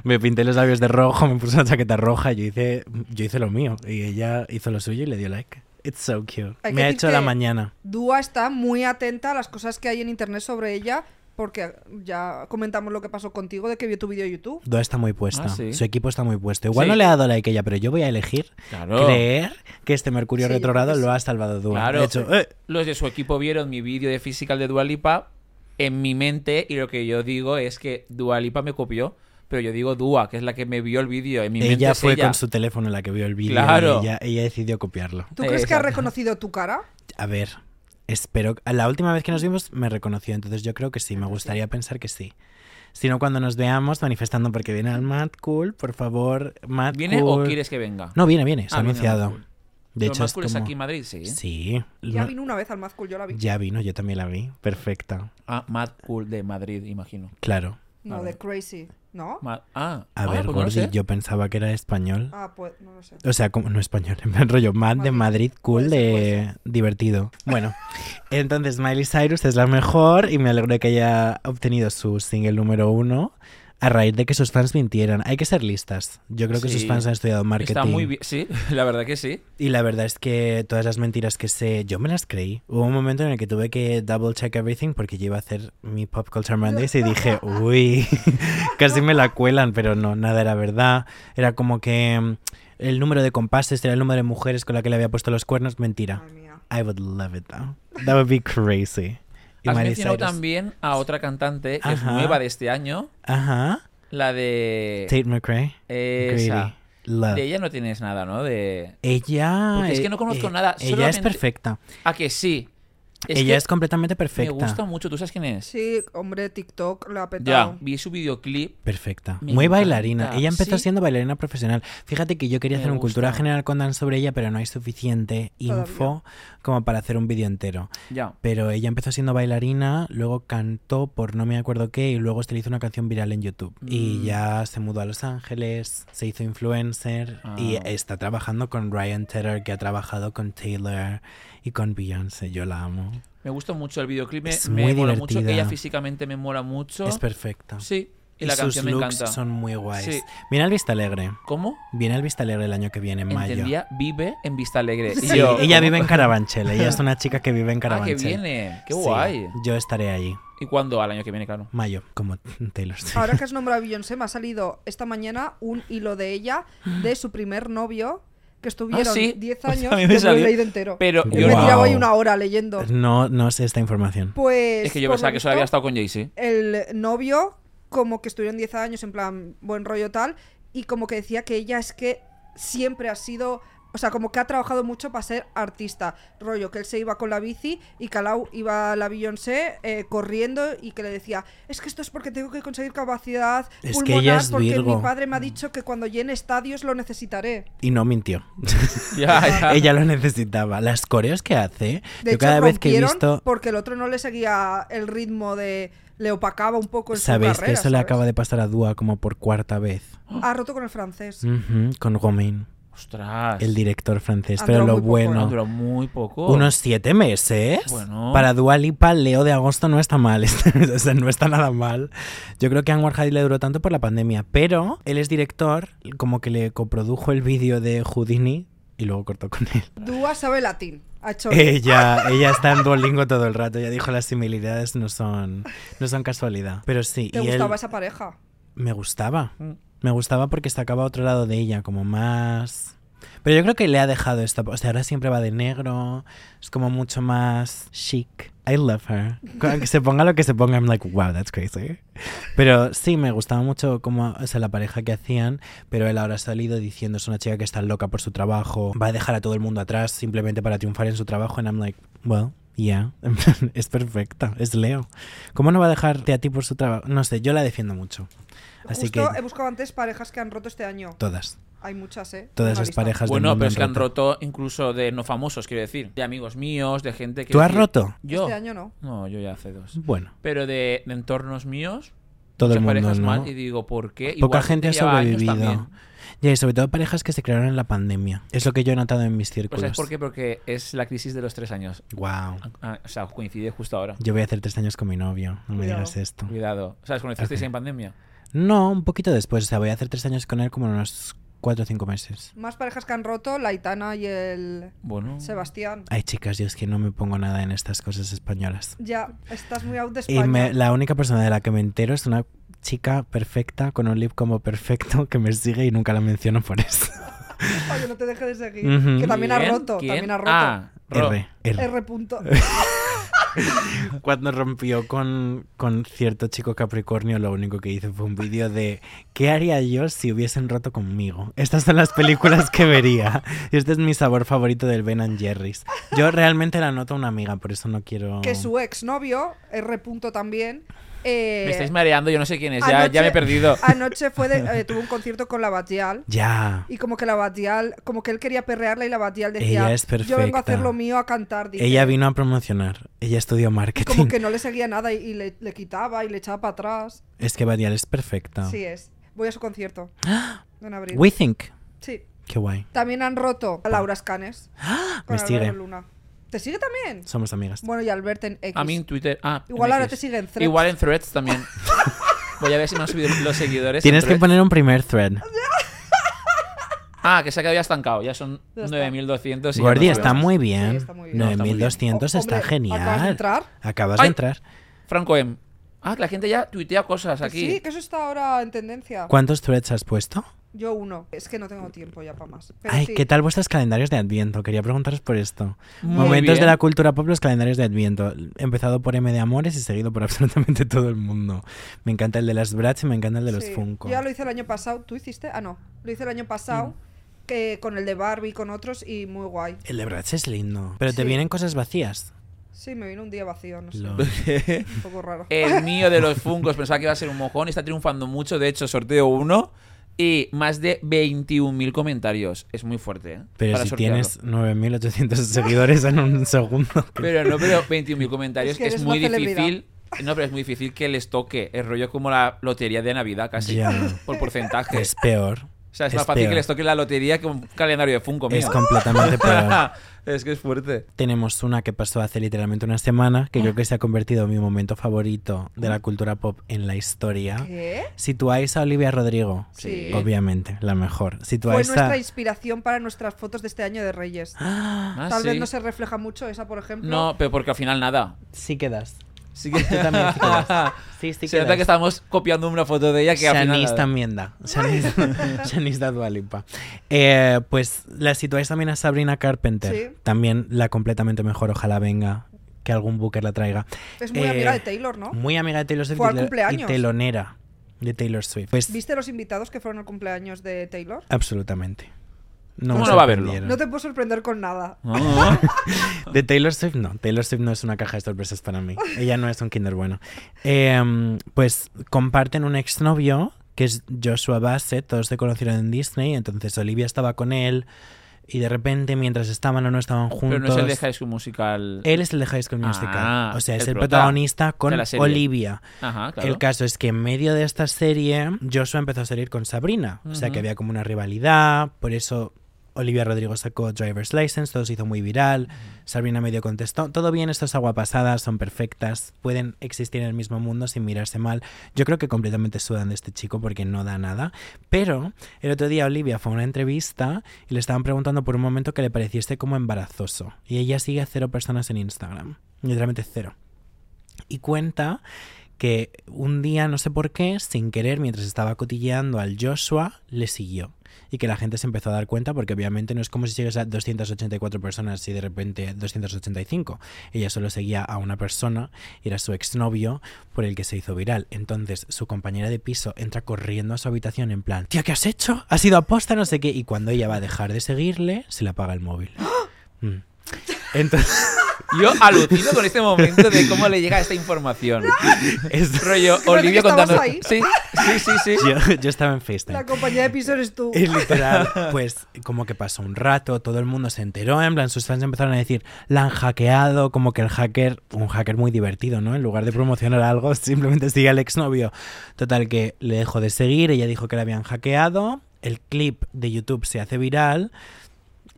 D: me pinté los labios de rojo, me puse una chaqueta roja, yo hice, yo hice lo mío y ella hizo lo suyo y le dio like. It's so cute.
B: Hay que
D: Me ha
B: decir
D: hecho la
B: que-
D: mañana.
B: Dua está muy atenta a las cosas que hay en internet sobre ella, porque ya comentamos lo que pasó contigo de que vio tu vídeo de YouTube.
D: Doa está muy puesta.
C: Ah, sí.
D: Su equipo está muy puesto. Igual
C: Sí.
D: no le ha dado like ella, pero yo voy a elegir
C: Claro.
D: creer que este
B: Sí, yo
D: Mercurio
B: creo
D: retrogrado
B: que sí.
D: lo ha salvado Dua.
C: Claro.
D: De hecho, eh,
C: Los de su equipo vieron mi vídeo de Physical de Dualipa en mi mente y lo que yo digo es que Dualipa me copió, pero yo digo Dua, que es la que me vio el vídeo. En mi mente
D: ella
C: es
D: fue
C: ella.
D: con su teléfono la que vio el vídeo.
C: Claro.
D: y Ella, ella decidió copiarlo.
B: ¿Tú crees que ha
C: Exacto.
B: reconocido tu cara?
D: A ver, espero. La última vez que nos vimos me reconoció, entonces yo creo que
C: Ah,
D: sí, me gustaría pensar que sí. Si no, cuando nos veamos manifestando porque viene al Mad Cool, por favor, Mad
C: ¿Viene
D: Cool.
C: o quieres que venga?
D: No, viene, viene, se ha
C: Ah, viene
D: anunciado.
C: Mad Cool.
D: De
C: Lo
D: hecho,
C: más
D: es
C: cool es
D: como-
C: aquí en Madrid, ¿eh? sí.
D: Sí.
B: Ya
D: no-
B: vino una vez al Mazcool, yo la vi.
D: ya vino, yo también la vi. Perfecta.
C: Ah, Mad Cool de Madrid, imagino.
D: Claro.
B: No,
C: A
B: de
C: ver.
B: Crazy, ¿no?
C: Ma- ah,
D: A
C: ah,
D: ver,
C: pues no lo
D: Gordi,
C: sé.
D: yo pensaba que era español.
B: Ah, pues no lo sé.
D: O sea, como no español, en plan rollo mad de Madrid, cool
B: Puede ser, puede
D: de divertido. Bueno, entonces Miley Cyrus es la mejor y me alegro de que haya obtenido su single número uno a raíz de que sus fans mintieran. Hay que ser listas. Yo creo que sus
C: Sí.
D: fans han estudiado marketing.
C: Está muy bien. Sí, la verdad que sí.
D: Y la verdad es que todas las mentiras que sé, yo me las creí. Hubo un momento en el que tuve que double check everything porque yo iba a hacer mi Pop Culture Mondays y dije, uy, casi me la cuelan, pero no, nada era verdad. Era como que mm, el número de compases era el número de mujeres con la que le había puesto los cuernos, mentira.
B: Madre mía.
D: I would love it though. That would be crazy. Y
C: Has
D: Miley
C: mencionado
D: Cyrus-
C: también a otra cantante que es
D: Ajá.
C: nueva de este año,
D: Ajá.
C: la de...
D: Tate McRae. Greedy.
C: Esa.
D: Love.
C: De ella no tienes nada, ¿no? De...
D: Ella. eh,
C: Porque es que no conozco nada,
D: Ella es
C: solamente-
D: perfecta.
C: Ah, que sí. Es
D: ella
C: que
D: es completamente perfecta.
C: Me gusta mucho. ¿Tú sabes quién es?
B: Sí, hombre, TikTok la ha
C: Ya.
B: petado.
C: Vi su videoclip.
D: Perfecta.
C: Me
D: Muy
C: encanta.
D: bailarina. Ella empezó
C: Sí.
D: siendo bailarina profesional. Fíjate que yo quería
C: Me
D: hacer un cultura
C: gusta.
D: general con Dan sobre ella, pero no hay suficiente
B: Todavía.
D: info como para hacer un vídeo entero.
C: Ya.
D: Pero ella empezó siendo bailarina, luego cantó por no me acuerdo qué y luego se le hizo una canción viral en YouTube. Y
C: Mm.
D: ya se mudó a Los Ángeles, se hizo influencer y
C: Ah.
D: está trabajando con Ryan Tedder, que ha trabajado con Taylor y con Beyoncé. Yo la amo.
C: Me gusta mucho el videoclip. Me,
D: Es
C: me
D: muy
C: mola mucho.
D: divertida.
C: Ella físicamente me mola mucho.
D: Es perfecta.
C: Sí. Y, la
D: sus
C: canción me
D: looks
C: encanta.
D: son muy guays.
C: Sí.
D: Viene al Vista Alegre.
C: ¿Cómo?
D: Viene al Vista Alegre el año que viene, en mayo.
C: Entendía, vive en Vista Alegre. Y
D: Sí,
C: yo,
D: ella
C: ¿cómo?
D: vive en Carabanchel. Ella es una chica que vive en
C: Ah, que
D: Carabanchel.
C: viene. Qué
D: Sí,
C: guay.
D: yo estaré ahí.
C: ¿Y cuándo? Al año que viene, claro.
D: Mayo, como Taylor Swift.
B: Ahora que has nombrado a Beyoncé, me ha salido esta mañana un hilo de ella, de su primer novio, que estuvieron
C: Ah, sí.
B: 10
C: Pues a
B: años,
C: mí
B: yo me
C: me
B: lo he
C: salió.
B: leído entero.
C: Pero
B: Yo
C: yo
B: me
D: Wow.
B: tiraba ahí una hora leyendo.
D: No, no sé esta información.
B: Pues.
C: Es que yo
B: por
C: pensaba
B: lo
C: que solo había
B: visto,
C: estado con Jay-Z.
B: El novio, como que estuvieron 10 años, en plan, buen rollo tal, y como que decía que ella es que siempre ha sido. O sea, como que ha trabajado mucho para ser artista. Rollo, que él se iba con la bici y Calau iba a la Beyoncé eh, corriendo y que le decía, es que esto es porque tengo que conseguir capacidad
D: Es que
B: pulmonar
D: ella es
B: porque mi
D: Virgo". Mm.
B: padre me ha dicho que cuando llene estadios lo necesitaré.
D: Y no mintió.
C: Ya, ya.
D: ella lo necesitaba. Las coreos que hace.
B: De
D: yo
B: hecho,
D: cada vez que he
B: rompieron
D: visto.
B: porque el otro no le seguía el ritmo de... Le opacaba un poco en su
D: Sabéis que
B: carrera,
D: eso le
B: ¿sabes?
D: acaba de pasar a Dua como por cuarta vez.
B: Ha roto con el francés.
D: Ujú, con Gomain,
C: Ostras.
D: el director francés.
B: Han
D: Pero
B: durado
D: lo
B: muy poco, ¿eh?
C: Ha
D: bueno.
C: durado muy poco.
D: Unos siete meses.
C: Bueno.
D: Para Dua Lipa, Leo de agosto no está mal. este o sea, no está nada mal. Yo creo que a Anwar Hadid le duró tanto por la pandemia. Pero él es director, como que le coprodujo el vídeo de Houdini y luego cortó con él.
B: Dúa sabe latín. Ha hecho...
D: Eh, Ella, ella está en Duolingo todo el rato. Ya dijo las similitudes no son, no son casualidad. Pero sí,
B: ¿Te
D: y él-
B: gustaba esa pareja?
D: me gustaba.
C: Mm.
D: Me gustaba porque sacaba otro lado de ella, como más. Pero yo creo que le ha dejado esta. O sea, ahora siempre va de negro. Es como mucho más chic. I love her. Que se ponga lo que se ponga, I'm like, wow, that's crazy. Pero sí, me gustaba mucho como, o sea, la pareja que hacían. Pero él ahora ha salido diciendo: es una chica que está loca por su trabajo. Va a dejar a todo el mundo atrás simplemente para triunfar en su trabajo. And I'm like, well. Yeah, En plan, es perfecta, es Leo. ¿Cómo no va a dejarte a ti por su trabajo? No sé, yo la defiendo mucho. Así
B: Justo
D: que
B: he buscado antes parejas que han roto este año.
D: todas,
B: Hay muchas, ¿eh?
D: todas
B: Una
D: las
B: lista.
D: parejas
C: Bueno,
D: del mundo
C: pero es que han
D: roto.
C: roto incluso de no famosos, quiero decir. De amigos míos, de gente que.
D: ¿Tú has roto?
C: Yo.
B: Este año no.
C: No, yo ya hace dos.
D: Bueno,
C: Pero de, de entornos míos,
D: todo el
C: muchas
D: mundo,
C: parejas
D: ¿no?
C: mal. Y digo, ¿por qué?
D: Poca
C: Igual
D: gente ha
C: lleva años
D: sobrevivido.
C: también.
D: Ya, y sobre todo parejas que se crearon en la pandemia. Es lo que yo he notado en mis
C: Pues
D: círculos.
C: ¿Sabes por qué? Porque es la crisis de los tres años.
D: Wow.
C: Ah, o sea, coincide justo ahora.
D: Yo voy a hacer tres años con mi novio, no me
B: Cuidado.
D: digas esto.
C: Cuidado. ¿Sabes? ¿Conocisteis
D: Ok.
C: en pandemia?
D: No, un poquito después, o sea, voy a hacer tres años con él como en unos cuatro o cinco meses.
B: Más parejas que han roto, la Itana y el
C: Bueno.
D: Mm.
B: Sebastián.
D: Ay, chicas, yo es que no me pongo nada en estas cosas españolas.
B: Ya, estás muy out de
D: Y
B: España.
D: me- la única persona de la que me entero es una chica perfecta, con un lip como perfecto, que me sigue y nunca la menciono por eso.
B: Oye, no te dejes de seguir.
D: Ujú.
B: Que también ha
C: ¿Quién?
B: roto.
C: ¿Quién?
B: También ha roto.
C: Ah, ro-
D: R, R.
B: R. Punto.
D: Cuando rompió con, con cierto chico Capricornio, lo único que hizo fue un vídeo de ¿Qué haría yo si hubiesen roto conmigo? Estas son las películas que vería. Y este es mi sabor favorito del Ben and Jerry's. Yo realmente la noto una amiga, por eso no quiero.
B: Que su exnovio, R. Punto también. eh,
C: Me estáis mareando, yo no sé quién es. Ya, ya me he
B: anoche-
C: perdido.
B: Anoche fue de- eh, tuvo un concierto con la Batial.
D: Ya.
B: Y como que la Batial, como que él quería perrearla y la Batial decía,
D: Ella es
B: yo vengo a hacer
D: perfecta.
B: lo mío, a cantar. dice.
D: Ella vino a promocionar. Ella estudió marketing.
B: Como que no le seguía nada y, y le, le quitaba y le echaba para atrás.
D: Es que Badial es perfecta.
B: Sí es. Voy a su concierto. En abril.
D: We think.
B: Sí.
D: Qué guay.
B: También han roto a Laura Scanes.
D: Me sigue.
B: Luna. ¿Te sigue también?
D: Somos amigas.
B: Bueno, y Albert en X.
C: A mí en Twitter. Ah, en
B: Igual ahora
C: X.
B: te siguen Threads.
C: Igual en Threads también. Voy a ver si me han subido los seguidores.
D: Tienes
C: en
D: que
C: Threads.
D: poner un primer thread.
C: Ah, que se ha quedado ya estancado. Ya son
B: Ya está.
C: 9200. y ya
D: Gordi,
C: no
D: está
C: sabemos.
D: muy bien.
B: Sí, está muy bien.
C: No, está muy bien.
D: 9200
B: Oh,
D: está
B: hombre,
D: genial.
B: acabas de entrar.
D: Acabas
C: Ay.
D: de entrar.
C: Franco M. Ah, que la gente ya tuitea cosas
B: Que
C: aquí.
B: Pues Sí, que eso está ahora en tendencia.
D: ¿Cuántos threads has puesto?
B: Yo uno. Es que no tengo tiempo ya para más. Pero
D: Ay,
B: sí.
D: ¿qué tal vuestros calendarios de Adviento? Quería preguntaros por esto.
C: Muy
D: Momentos
C: bien.
D: de la cultura pop, los calendarios de Adviento. Empezado por M de Amores y seguido por absolutamente todo el mundo. Me encanta el de las Bratz y me encanta el de los
B: Sí.
D: Funko.
B: Yo ya lo hice el año pasado. ¿Tú hiciste? Ah, no. Lo hice el año pasado
D: Mm.
B: que, con el de Barbie, con otros y muy guay.
D: El de Bratz es lindo. Pero te
B: Sí.
D: vienen cosas vacías.
B: Sí, me vino un día vacío, no sé.
D: Lo-
B: Un poco raro.
C: El mío de los Funcos pensaba que iba a ser un mojón y está triunfando mucho. De hecho, sorteo uno y más de 21.000 comentarios. Es muy fuerte, ¿eh?
D: Pero
C: Para
D: si
C: sortearlo.
D: tienes 9.800 seguidores en un segundo.
C: Pero no, pero 21.000 comentarios
B: Es que
C: es,
B: eres
C: muy
B: una celebridad.
C: difícil. No, pero es muy difícil que les toque. El rollo como la lotería de Navidad casi.
D: Ya.
C: Por porcentaje.
D: Es peor.
C: o sea, es,
D: es
C: más fácil
D: peor.
C: que les toque la lotería que un calendario de Funko.
D: Es
C: mío.
D: completamente peor.
C: Es que es fuerte.
D: Tenemos una que pasó hace literalmente una semana, que creo que se ha convertido en mi momento favorito de la cultura pop en la historia.
B: ¿Qué?
D: Situáis a Olivia Rodrigo.
B: Sí.
D: Obviamente, la mejor.
B: Fue
D: Situáis
B: nuestra
D: a...
B: inspiración para nuestras fotos de este año de Reyes.
C: Ah,
B: Tal vez
C: sí.
B: no se refleja mucho esa, por ejemplo.
C: No, pero porque al final nada.
D: Sí quedas.
C: Sí que...
D: Tú también sí quedas. Sí, sí
C: Se nota
D: quedas.
C: que estamos copiando una foto de ella que al final.
D: Shanice
C: nada.
D: también da. Shanice, Shanice da Dua Lipa. Eh, pues la situáis también a Sabrina Carpenter.
B: Sí.
D: También la completamente mejor. Ojalá venga. Que algún Booker la traiga.
B: Es muy
D: Eh,
B: amiga de Taylor, ¿no?
D: Muy amiga de Taylor Swift
B: Fue
D: y
B: al
D: tele-
B: cumpleaños.
D: y telonera de Taylor Swift. Pues
B: ¿Viste los invitados que fueron al cumpleaños de Taylor?
D: absolutamente. No
C: ¿Cómo
D: me
C: no va a verlo?
D: sorprendieron.
B: No te puedo sorprender con nada.
C: Ah.
D: De Taylor Swift no, Taylor Swift no es una caja de sorpresas para mí. Ella no es un kinder bueno. Eh, pues comparten un exnovio que es Joshua Bassett, todos se conocieron en Disney, entonces Olivia estaba con él y de repente mientras estaban o no estaban
C: Pero
D: juntos...
C: no es el de High School Musical.
D: Él es el de High School Musical,
C: Ah,
D: o sea, es
C: el
D: el,
C: prota
D: protagonista con
C: de la serie.
D: Olivia.
C: Ajá, claro.
D: El caso es que en medio de esta serie, Joshua empezó a salir con Sabrina. O sea que
C: Ujú.
D: había como una rivalidad. Por eso Olivia Rodrigo sacó Driver's License, todo se hizo muy viral. Sabrina medio contestó. Todo bien, esto es agua pasada, son perfectas, pueden existir en el mismo mundo sin mirarse mal. Yo creo que completamente sudan de este chico porque no da nada. Pero el otro día Olivia fue a una entrevista y le estaban preguntando por un momento que le pareciese como embarazoso. Y ella sigue a cero personas en Instagram. Literalmente cero. Y cuenta que un día, no sé por qué, sin querer, mientras estaba cotilleando al Joshua, le siguió. Y que la gente se empezó a dar cuenta porque obviamente no es como si sigues a 284 personas y de repente 285. Ella solo seguía a una persona y era su exnovio por el que se hizo viral. Entonces su compañera de piso entra corriendo a su habitación en plan, tía, ¿qué has hecho? ¿Has ido a posta? No sé qué. Y cuando ella va a dejar de seguirle, se le apaga el móvil. Mm. Entonces...
C: Yo alucino con este momento de cómo le llega esta información.
D: es-
C: Rollo,
B: que
C: Olivia
B: estabas
C: contando.
B: ahí.
C: Sí, sí, sí, sí.
D: yo, yo estaba en FaceTime.
B: La compañía de piso eres tú.
D: Y literal, pues como que pasó un rato, todo el mundo se enteró, en plan, sus fans empezaron a decir, la han hackeado, como que el hacker, un hacker muy divertido, ¿no? En lugar de promocionar algo, simplemente sigue al exnovio. Total, que le dejó de seguir, ella dijo que la habían hackeado, el clip de YouTube se hace viral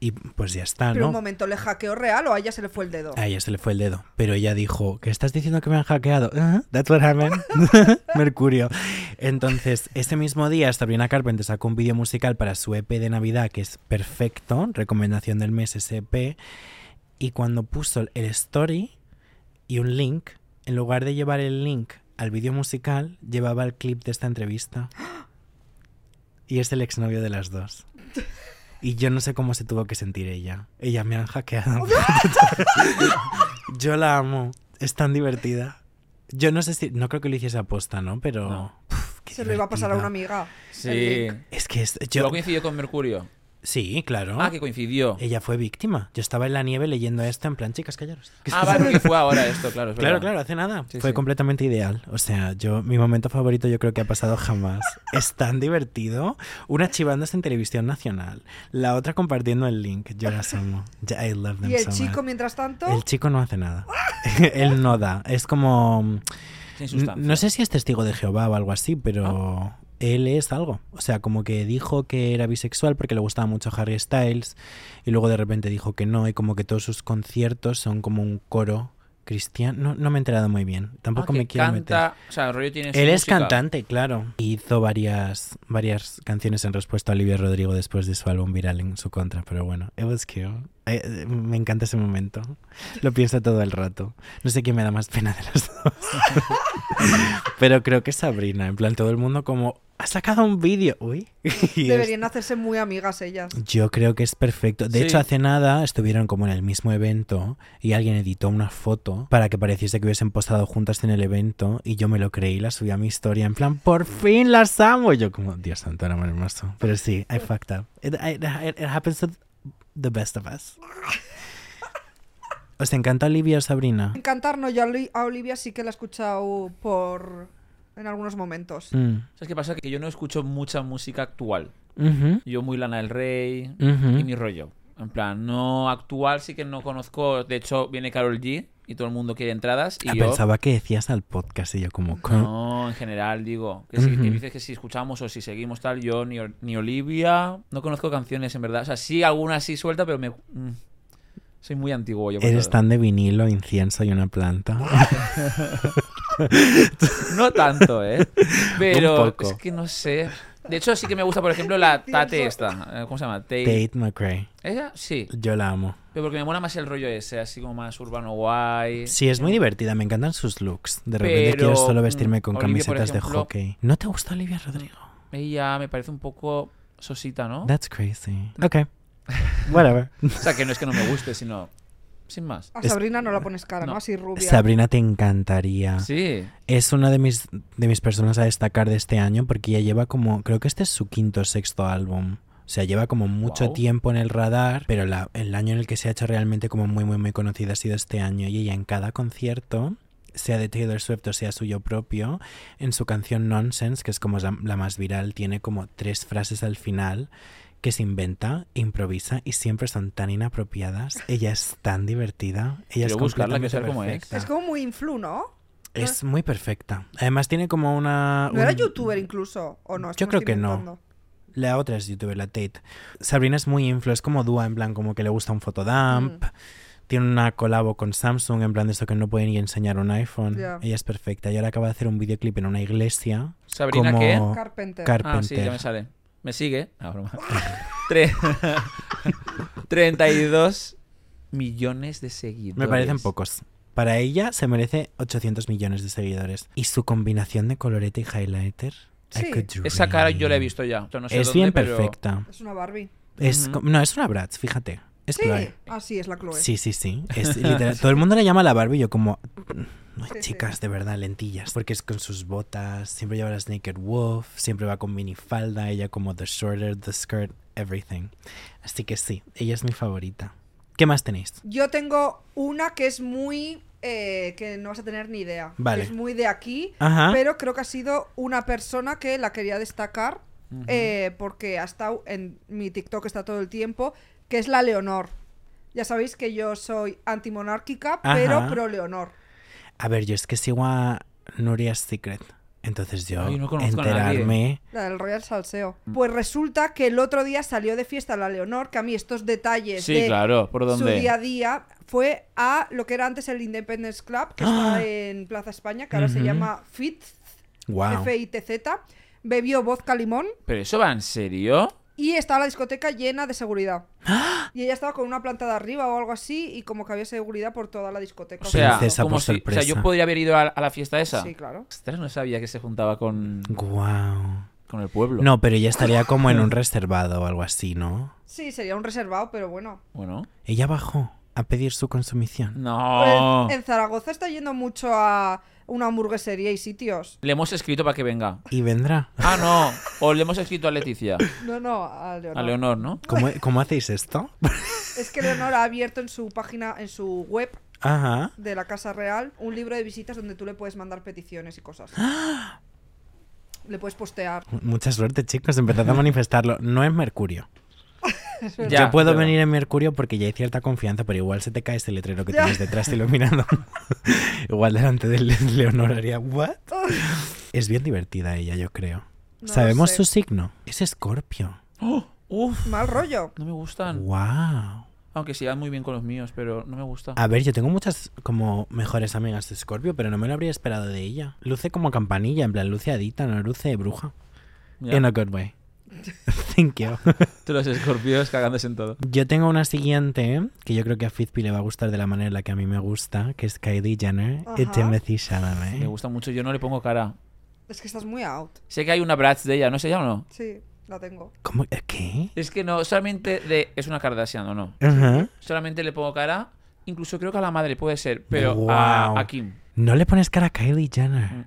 D: y pues ya está,
B: Pero un
D: ¿no?
B: momento, ¿le hackeó real o a ella se le fue el dedo?
D: A ella Ah, se le fue el dedo, pero ella dijo, ¿qué estás diciendo que me han hackeado? "Ah, That's what happened. Mercurio. Entonces, ese mismo día Sabrina Carpenter sacó un vídeo musical para su EP de Navidad, que es perfecto, recomendación del mes ese EP, y cuando puso el story y un link, en lugar de llevar el link al vídeo musical, llevaba el clip de esta entrevista. Y es el exnovio de las dos. Y yo no sé cómo se tuvo que sentir ella. Ella me han hackeado. yo la amo. Es tan divertida. Yo no sé si. No creo que lo hiciese aposta, ¿no? Pero.
C: No.
D: Uf, qué
B: se lo iba a pasar a una
D: divertida.
B: amiga.
C: Sí.
B: El link.
D: Es que es-
C: Yo
D: yo.
C: coincidió con Mercurio.
D: Sí, claro.
C: Ah, que coincidió.
D: Ella fue víctima. Yo estaba en la nieve leyendo esto en plan, chicas, callaros.
C: Ah, vale, porque fue ahora esto, claro. es
D: Claro,
C: verdad.
D: claro, hace nada.
C: Sí,
D: Fue
C: sí.
D: completamente ideal. O sea, yo, mi momento favorito yo creo que ha pasado jamás. es tan divertido. Una chivándose en televisión nacional. La otra compartiendo el link. Yo las amo. Ya, I love them
B: Y el
D: so
B: chico,
D: much.
B: mientras tanto,
D: El chico no hace nada. Él no da. Es como...
C: Sin
D: N-
C: sustancia. Ah.
D: No sé si es testigo de Jehová o algo así, pero él es algo. O sea, como que dijo que era bisexual porque le gustaba mucho Harry Styles y luego de repente dijo que no y como que todos sus conciertos son como un coro cristiano. No, no me he enterado muy bien.
C: Ah,
D: Tampoco
C: que
D: me quiero
C: canta,
D: meter.
C: O sea, el rollo tiene. su
D: Él es
C: música.
D: cantante, claro. Hizo varias, varias canciones en respuesta a Olivia Rodrigo después de su álbum viral en su contra, pero bueno, it was cute. Eh, eh, Me encanta ese momento. Lo pienso todo el rato. No sé quién me da más pena de las dos. pero creo que Sabrina, en plan todo el mundo como, ha sacado un vídeo, uy. Y es-
B: deberían hacerse muy amigas ellas.
D: yo creo que es perfecto. De
C: Sí.
D: hecho, hace nada estuvieron como en el mismo evento y alguien editó una foto para que pareciese que hubiesen postado juntas en el evento y yo me lo creí, la subí a mi historia en plan, por fin las amo. Y yo como, Dios santo, era muy hermoso. Pero sí, I fucked up. It, it- it happens to the best of us. ¿Os encanta Olivia o Sabrina?
B: Encantar, no, yo a Oli- a Olivia sí que la he escuchado por. en algunos momentos.
D: Mm.
C: ¿Sabes qué pasa? Que yo no escucho mucha música actual.
D: Ujú,
C: Yo muy Lana del Rey
D: ujú.
C: y mi rollo. En plan, no actual, sí que no conozco. De hecho, viene Carol G y todo el mundo quiere entradas. Y
D: Ah,
C: yo.
D: Pensaba que decías al podcast y yo como...
C: No, en general digo. Que si que
D: Ujú.
C: dices que si escuchamos o si seguimos tal, yo ni, ni Olivia. No conozco canciones, en verdad. O sea, sí, alguna sí suelta, pero me. mm. Soy muy antiguo yo. por
D: Eres
C: todo.
D: tan de vinilo, incienso y una planta.
C: No tanto, ¿eh? Pero
D: Un poco.
C: es que no sé. De hecho, sí que me gusta, por ejemplo, la Tate esta. eh, ¿Cómo se llama? Tate.
D: Tate McRae.
C: ¿Ella? Sí.
D: Yo la amo.
C: Pero porque me mola más el rollo ese, así como más urbano guay.
D: Sí, es muy divertida, me encantan sus looks. De repente quiero
C: Pero,
D: solo vestirme con
C: mm, Olivia, por
D: camisetas de
C: ejemplo-
D: hockey. ¿No te gusta Olivia Rodrigo?
C: Ella me parece un poco sosita, ¿no?
D: That's crazy. Ok. Whatever.
C: O sea, que no es que no me guste, sino. Sin más.
B: A
D: Es-
B: Sabrina no la pones cara, ¿no?
C: No.
B: Así rubia.
D: Sabrina te encantaría.
C: Sí.
D: Es una de mis, de mis personas a destacar de este año porque ella lleva como, creo que este es su quinto o sexto álbum. O sea, lleva como mucho
C: Guau.
D: tiempo en el radar, pero la- el año en el que se ha hecho realmente como muy, muy, muy conocida ha sido este año. Y ella en cada concierto, sea de Taylor Swift o sea suyo propio, en su canción Nonsense, que es como la, la más viral, tiene como tres frases al final que se inventa, improvisa y siempre son tan inapropiadas. Ella es tan divertida. Ella es
C: Quiero buscarla, quiero
D: completamente
C: saber cómo es.
D: perfecta.
B: Es como muy influ, ¿no?
D: Es muy perfecta. Además tiene como una...
B: No era
D: Ah, un-
B: youtuber incluso, ¿o no?
D: Yo
B: Esto me
D: creo
B: estoy
D: que no.
B: inventando.
D: La otra es youtuber, la Tate. Sabrina es muy influ, es como Dua, en plan como que le gusta un fotodump.
B: Mm.
D: Tiene una colabo con Samsung, en plan de eso que no pueden ni enseñar un iPhone.
B: Ya.
D: Ella es perfecta. Y ahora acaba de hacer un videoclip en una iglesia.
C: Sabrina,
D: como
C: ¿qué?
B: Carpenter.
C: Ah, sí,
D: Carpenter.
C: ya me sale. ¿Me sigue? Ah, broma. Tre- 32 millones de seguidores.
D: me parecen pocos. Para ella se merece 800 millones de seguidores. Y su combinación de colorete y highlighter. I
B: Sí.
D: could
C: Esa cara yo la he
D: dream.
C: visto ya. No sé
D: es
C: dónde,
D: bien
C: pero-
D: perfecta.
B: Es una Barbie.
D: Es
C: Ujú.
D: co- no, es una Bratz, fíjate. Es
B: Sí.
D: Chloe.
B: Ah, sí, es la Chloe.
D: Sí, sí, sí. Es literal. Todo el mundo la llama la Barbie. Yo como... "Mm, Ay,
B: Sí, sí.
D: chicas, de verdad, lentillas. Porque es con sus botas, siempre lleva las Naked Wolf, siempre va con minifalda, ella como the shorter, the skirt, everything. Así que sí, ella es mi favorita. ¿Qué más tenéis?
B: Yo tengo una que es muy. eh, que no vas a tener ni idea.
D: Vale.
B: Es muy de aquí.
C: Ah.
D: Ajá.
B: Pero creo que ha sido una persona que la quería destacar. eh, porque ha estado en mi TikTok, está todo el tiempo. Que es la Leonor. Ya sabéis que yo soy antimonárquica, pero
D: Ajá.
B: pro Leonor.
D: A ver, yo es que sigo a Nuria's Secret. Entonces yo
C: Ay, no conozco a nadie.
D: enterarme...
B: La del Royal Salseo.
C: Mm.
B: Pues resulta que el otro día salió de fiesta la Leonor, que a mí estos detalles
C: Sí,
B: de
C: claro. ¿Por
B: su
C: dónde?
B: día a día fue a lo que era antes el Independence Club, que
C: ¡Ah!
B: está en Plaza España, que ahora se
D: Ujú.
B: llama FIT,
D: Wow.
B: F-I-T-Z. Bebió vodka limón
C: ¿Pero eso va en serio?
B: y estaba la discoteca llena de seguridad.
C: ¡Ah!
B: Y ella estaba con una planta de arriba o algo así y como que había seguridad por toda la discoteca.
C: O sea,
D: Princesa
C: como
D: por
C: si- o sea, yo
D: sorpresa.
C: podría haber ido a, a la fiesta esa.
B: sí, claro.
C: Ostras, no sabía que se juntaba con,
D: Wow.
C: con el pueblo.
D: No, pero ella estaría como en un reservado o algo así, ¿no?
B: Sí, sería un reservado, pero bueno.
C: Bueno.
D: Ella bajó a pedir su consumición.
C: No.
B: Pues en Zaragoza está yendo mucho a una hamburguesería y sitios.
C: Le hemos escrito para que venga.
D: Y vendrá.
C: Ah, no. O le hemos escrito a Leticia.
B: No, no, a Leonor.
C: A Leonor, ¿no?
D: ¿Cómo, cómo hacéis esto?
B: Es que Leonor ha abierto en su página, en su web
D: Ajá.
B: de la Casa Real, un libro de visitas donde tú le puedes mandar peticiones y cosas.
C: ¡Ah!
B: Le puedes postear.
D: Mucha suerte, chicos. Empezad a manifestarlo. No es Mercurio.
C: Ya,
D: Yo puedo
C: pero-
D: venir en Mercurio porque ya hay cierta confianza, pero igual se te cae ese letrero que
B: Ya.
D: tienes detrás iluminado. igual delante de Le- Leonor haría, ¿what? es bien divertida ella, yo creo.
B: No lo
D: ¿Sabemos
B: sé.
D: su signo? Es Escorpio.
C: ¡Oh! Uf.
B: Mal rollo.
C: No me
B: Ah.
C: gustan.
D: ¡Wow!
C: Aunque se llevan muy bien con los míos, pero no me gusta.
D: A ver, yo tengo muchas como mejores amigas de Escorpio, pero no me lo habría esperado de ella. Luce como campanilla, en plan, luce adicta, no luce de bruja.
C: Ya.
D: In a good way. Thank you.
C: Tú los escorpios cagándose en todo.
D: Yo tengo una siguiente que yo creo que a Fitpi le va a gustar de la manera en la que a mí me gusta, que es Kylie Jenner y
B: Ajá.
D: Timothy
C: Me
D: Chalamet.
C: gusta mucho, yo no le pongo cara.
B: Es que estás muy out.
C: Sé que hay una Bratz de ella, ¿no se llama o no?
B: Sí, la tengo.
D: ¿Cómo? ¿Eh, ¿Qué?
C: Es que no, solamente de. Es una Kardashian, ¿o no?
D: Ajá.
C: Solamente le pongo cara. Incluso creo que a la madre puede ser, pero a,
D: Guau.
C: a Kim.
D: No le pones cara a Kylie Jenner.
C: Mm.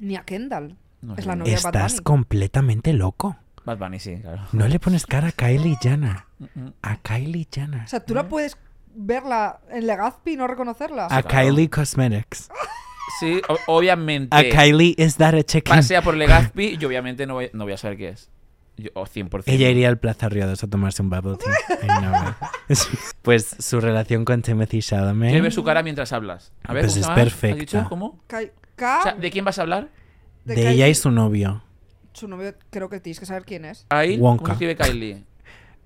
B: Ni a Kendall.
C: No
B: Es
C: sé.
B: la novia de Bad
D: Estás
B: Bunny.
D: completamente loco.
C: Bad Bunny, sí, claro.
D: No le pones cara a Kylie Jenner.
C: Mm, mm.
D: A Kylie Jenner.
B: O sea, tú la puedes verla en Legazpi y no reconocerla.
D: A Kylie Cosmetics.
C: Sí, o- obviamente.
D: A Kylie Is That a Chicken.
C: Pasea por Legazpi y obviamente no voy, no voy a saber qué es. Yo, oh, o 100%.
D: Ella iría al Plaza Río 2 a tomarse un bubble tea. I know, right? pues su relación con Timothy Chalamet.
C: Quiero ver su cara mientras hablas. A ver, ¿cómo
D: Pues es
C: se llama? ¿Has
D: perfecta.
C: dicho cómo?
B: Kai-
C: O
B: Ka-
C: sea, ¿de quién vas a hablar?
B: de
D: de ella
B: Kylie.
D: y su novio.
B: Su novio, creo que tienes que saber quién es.
C: Kylie.
D: Wonka.
C: ¿Cómo se escribe Kylie?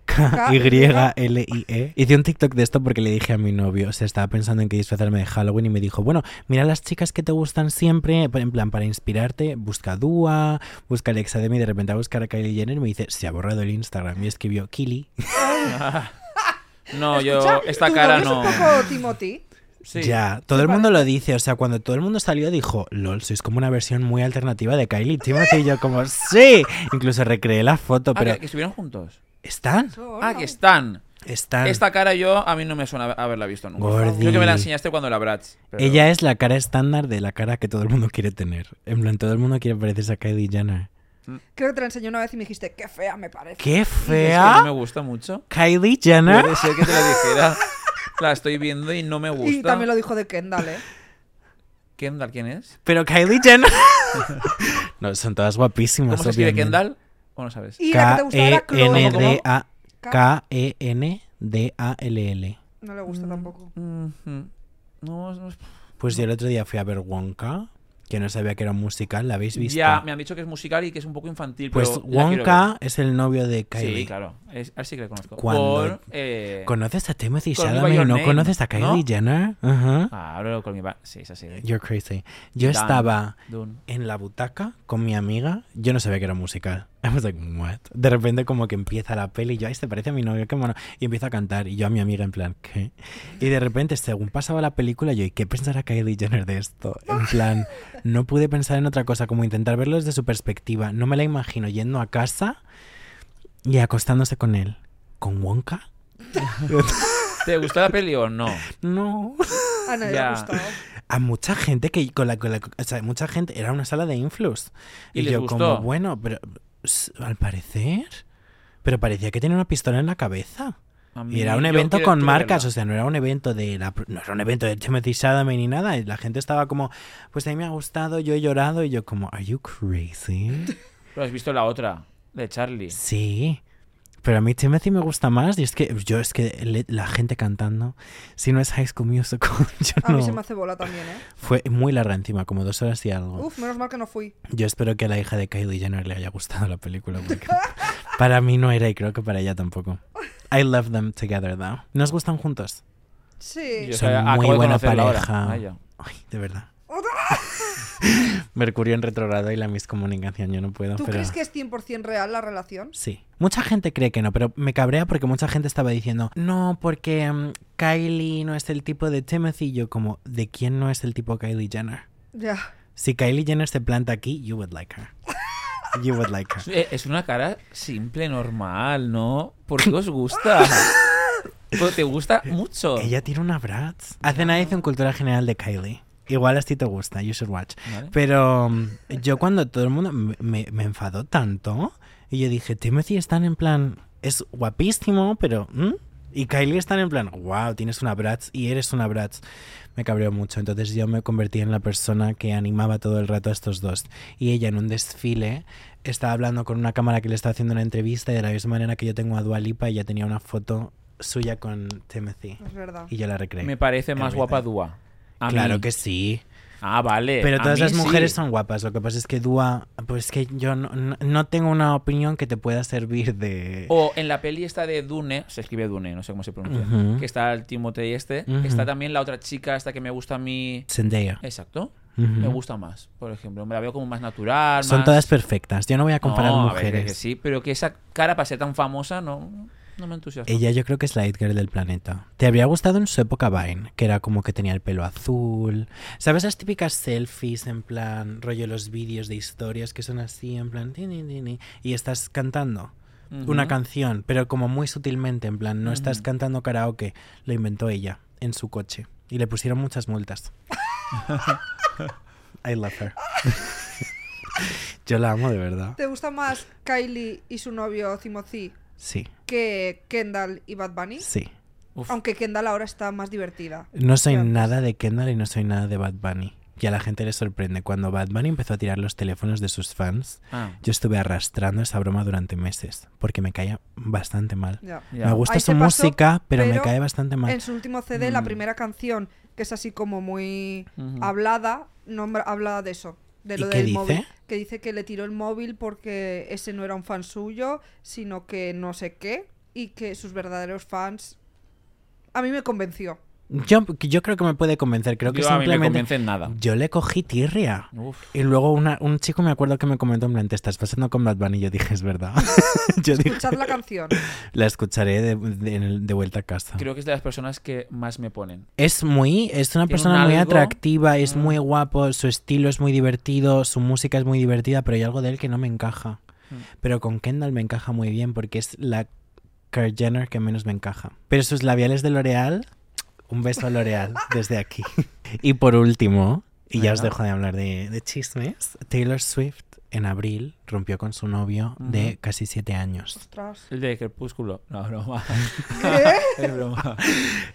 D: K-Y-L-I-E. E. Hice un TikTok de esto porque le dije a mi novio, o sea, estaba pensando en que disfrazarme de Halloween y me dijo, bueno, mira las chicas que te gustan siempre, en plan, para inspirarte, busca Dua, busca Alexa Demi, de repente va a buscar a Kylie Jenner, me dice, se ha borrado el Instagram y escribió Kili.
C: No, yo,
B: Escucha,
C: esta
B: tu
C: cara
B: novio
C: no.
B: Es un poco Timothy.
C: Sí.
D: Ya, todo el mundo lo dice, o sea, cuando todo el mundo salió dijo, lol, sois como una versión muy alternativa de Kylie Timothy y yo como, sí, incluso recreé la foto,
C: Ah,
D: pero...
C: que, que estuvieron juntos.
D: ¿Están?
C: Ah, que están.
D: Están.
C: Esta cara yo, a mí no me suena haberla visto nunca.
D: Gordi.
C: Creo que me la enseñaste cuando la Bratz. pero-
D: Ella es la cara estándar de la cara que todo el mundo quiere tener. En plan, todo el mundo quiere parecerse a Kylie Jenner.
B: Creo que te la enseñé una vez y me dijiste, qué fea me parece.
D: ¡Qué
C: Es que no me
D: fea!
C: gusta mucho.
D: ¿Kylie Jenner?
C: Puede ser que te lo dijera. La estoy viendo y no me gusta.
B: Y también lo dijo de Kendall, ¿eh?
C: Kendall, ¿quién es?
D: Pero Kylie Jenner. no, son todas guapísimas.
C: ¿Cómo se escribe
D: obviamente.
C: Kendall? ¿O no sabes?
B: Y la que te gustaba era
D: E
B: Chloe.
D: K-E-N-D-A.
B: ¿Cómo?
D: K-E-N-D-A-L-L.
B: No le
C: Mm.
B: gusta tampoco.
C: Mhm. No, no es-
D: Pues yo el otro día fui a ver Wonka, que no sabía que era un musical. ¿La habéis visto?
C: Ya, me han dicho que es musical y que es un poco infantil.
D: Pues
C: pero la quiero
D: Wonka es el novio de
C: ver.
D: Kylie.
C: Sí, claro. Es, a ver si que la conozco.
D: Cuando-
C: Por. Eh...
D: ¿Conoces a Timothy
C: Call Me By
D: Chalamet y
C: Your
D: no
C: Name,
D: conoces a Kylie
C: ¿no?
D: Jenner? Ajá.
C: Ah, ahora lo con mi ba- Sí, es así.
D: You're crazy. Yo
C: Dan.
D: estaba
C: Dune.
D: en la butaca con mi amiga. Yo no sabía que era musical. I was like, what? De repente como que empieza la peli y yo, ay, se parece a mi novio, qué mono. Y empieza a cantar y yo a mi amiga en plan, ¿qué? Y de repente, según pasaba la película, yo, ¿y qué pensará Kylie Jenner de esto? En plan, no pude pensar en otra cosa, como intentar verlo desde su perspectiva. No me la imagino yendo a casa y acostándose con él. ¿Con Wonka?
C: ¿Te gustó la peli o no?
D: No.
B: A nadie le
C: Ya.
B: ha gustado.
D: a mucha gente que con la, con la- o sea, mucha gente era una sala de influx
C: ¿Y
D: y,
C: les
D: yo
C: gustó?
D: como bueno pero s- al parecer pero parecía que tenía una pistola en la cabeza
C: A mí-
D: y era un
C: yo
D: evento
C: quiero-
D: con
C: quiero
D: marcas,
C: verla.
D: o sea, no era un evento de la, no era un evento de Timothy Chalamet ni nada. y La gente estaba como, pues a mí me ha gustado, yo he llorado y yo como, are you crazy?
C: Pero has visto la otra, de Charlie.
D: Sí, pero a mí Timothy me gusta más y es que yo es que le- la gente cantando, si no es High School Musical, yo
B: A
D: no.
B: mí se me hace bola también, ¿eh?
D: Fue muy larga encima, como dos horas y algo.
B: Uf, menos mal que no fui.
D: Yo espero que a la hija de Kylie Jenner le haya gustado la película porque para mí no era y creo que para ella tampoco. I love them together though. Nos gustan juntos.
B: Sí.
C: Yo, o
D: Son
C: sea,
D: muy
C: acabo de
D: buena
C: conocerla ahora.
D: pareja.
C: Vaya.
D: Ay, de verdad. Mercurio en retrogrado y la miscomunicación, yo no puedo,
B: ¿Tú
D: pero
B: crees que es 100% real la relación?
D: sí. Mucha gente cree que no, pero me cabrea porque mucha gente estaba diciendo, "No, porque mm, Kylie no es el tipo de Timothy." Y Yo como, "¿De quién no es el tipo Kylie Jenner?"
B: Ya.
D: Si Kylie Jenner se planta aquí, you would like her. You would like her.
C: Eh, Es una cara simple, normal, ¿no? ¿Por qué os gusta? Pero te gusta mucho.
D: Ella tiene una Bratz. Hace nada hice un cultura general de Kylie. Igual a ti te gusta, you should watch.
C: Vale.
D: Pero mm, yo cuando todo el mundo me, me- me enfadó tanto y yo dije, Timothy están en plan, es guapísimo, pero... ¿mm? Y Kylie están en plan, wow, tienes una Bratz y eres una Bratz. Me cabreó mucho, entonces yo me convertí en la persona que animaba todo el rato a estos dos. Y ella en un desfile estaba hablando con una cámara que le estaba haciendo una entrevista y de la misma manera que yo tengo a Dua Lipa, ella tenía una foto suya con Timothy.
B: Es verdad.
D: Y yo la recreé.
C: Me parece más
D: Everything.
C: guapa Dua. A
D: Claro
C: mí.
D: que sí.
C: Ah, vale.
D: Pero
C: A
D: todas
C: mí
D: las mujeres
C: sí.
D: son guapas. Lo que pasa es que Dua, pues que yo no, no- no tengo una opinión que te pueda servir de...
C: O en la peli esta de Dune, se escribe Dune, no sé cómo se pronuncia,
D: Ujú.
C: que está el Timothée este,
D: Ujú.
C: está también la otra chica, esta que me gusta a mí.
D: Zendaya.
C: Exacto.
D: Ujú.
C: Eh, Me gusta más, por ejemplo. Me la veo como más natural.
D: Son
C: más-
D: todas perfectas. Yo no voy a comparar
C: No, a ver,
D: mujeres.
C: que sí, pero que esa cara para ser tan famosa no, no me entusiasma.
D: Ella yo creo que es la Edgar del planeta. Te habría gustado en su época Vine, que era como que tenía el pelo azul. ¿Sabes las típicas selfies en plan, rollo los vídeos de historias que son así, en plan... tin, tin, tin, tin, Y estás cantando.
C: Ujú.
D: una canción, pero como muy sutilmente, en plan, no estás
C: Ujú.
D: cantando karaoke, lo inventó ella en su coche y le pusieron muchas multas. I love her. Yo la amo de verdad.
B: ¿Te gusta más Kylie y su novio Timothy
D: Sí,
B: que Kendall y Bad Bunny?
D: sí.
C: Uf.
B: Aunque Kendall ahora está más divertida.
D: No soy
B: Ya, pues.
D: nada de Kendall y no soy nada de Bad Bunny. Y a la gente le sorprende. Cuando Bad Bunny empezó a tirar los teléfonos de sus fans,
C: Ah,
D: yo estuve arrastrando esa broma durante meses, porque me caía bastante mal.
B: Ya.
C: ya.
D: Me gusta
B: Ahí
D: su
B: se pasó,
D: música, pero, me
B: pero
D: cae bastante mal.
B: En su último CD, la
C: Mm.
B: primera canción, que es así como muy
C: Ujú.
B: hablada, nombra, habla de eso. De
D: ¿Y
B: lo
D: qué
B: del
D: dice?
B: móvil. Que dice que le tiró el móvil porque ese no era un fan suyo, sino que no sé qué. y que sus verdaderos fans... A mí me convenció.
D: Yo, yo creo que me puede convencer. Creo que
C: Yo a mí me
D: simplemente.
C: convence en nada.
D: Yo le cogí tirria.
C: Uf.
D: Y luego una- un chico me acuerdo que me comentó en plan, te estás pasando con Bad Bunny. Y yo dije, es verdad. yo dije,
B: Escuchad la canción.
D: la escucharé de, de- en el- de vuelta a casa.
C: Creo que es de las personas que más me ponen.
D: Es muy, es una
C: Tiene
D: persona
C: un
D: muy
C: algo.
D: atractiva, es
C: Mm.
D: muy guapo, su estilo es muy divertido, su música es muy divertida, pero hay algo de él que no me encaja.
C: Mm.
D: Pero con Kendall me encaja muy bien porque es la Kurt Jenner que menos me encaja. Pero sus labiales de L'Oreal, un beso a L'Oreal desde aquí. y por último, y ya os
C: Venga.
D: dejo de hablar de, de chismes, Taylor Swift en abril rompió con su novio de
C: Ujú.
D: casi siete años.
B: Ostras.
C: El de Crepúsculo. No, broma.
B: ¿Qué?
C: es broma.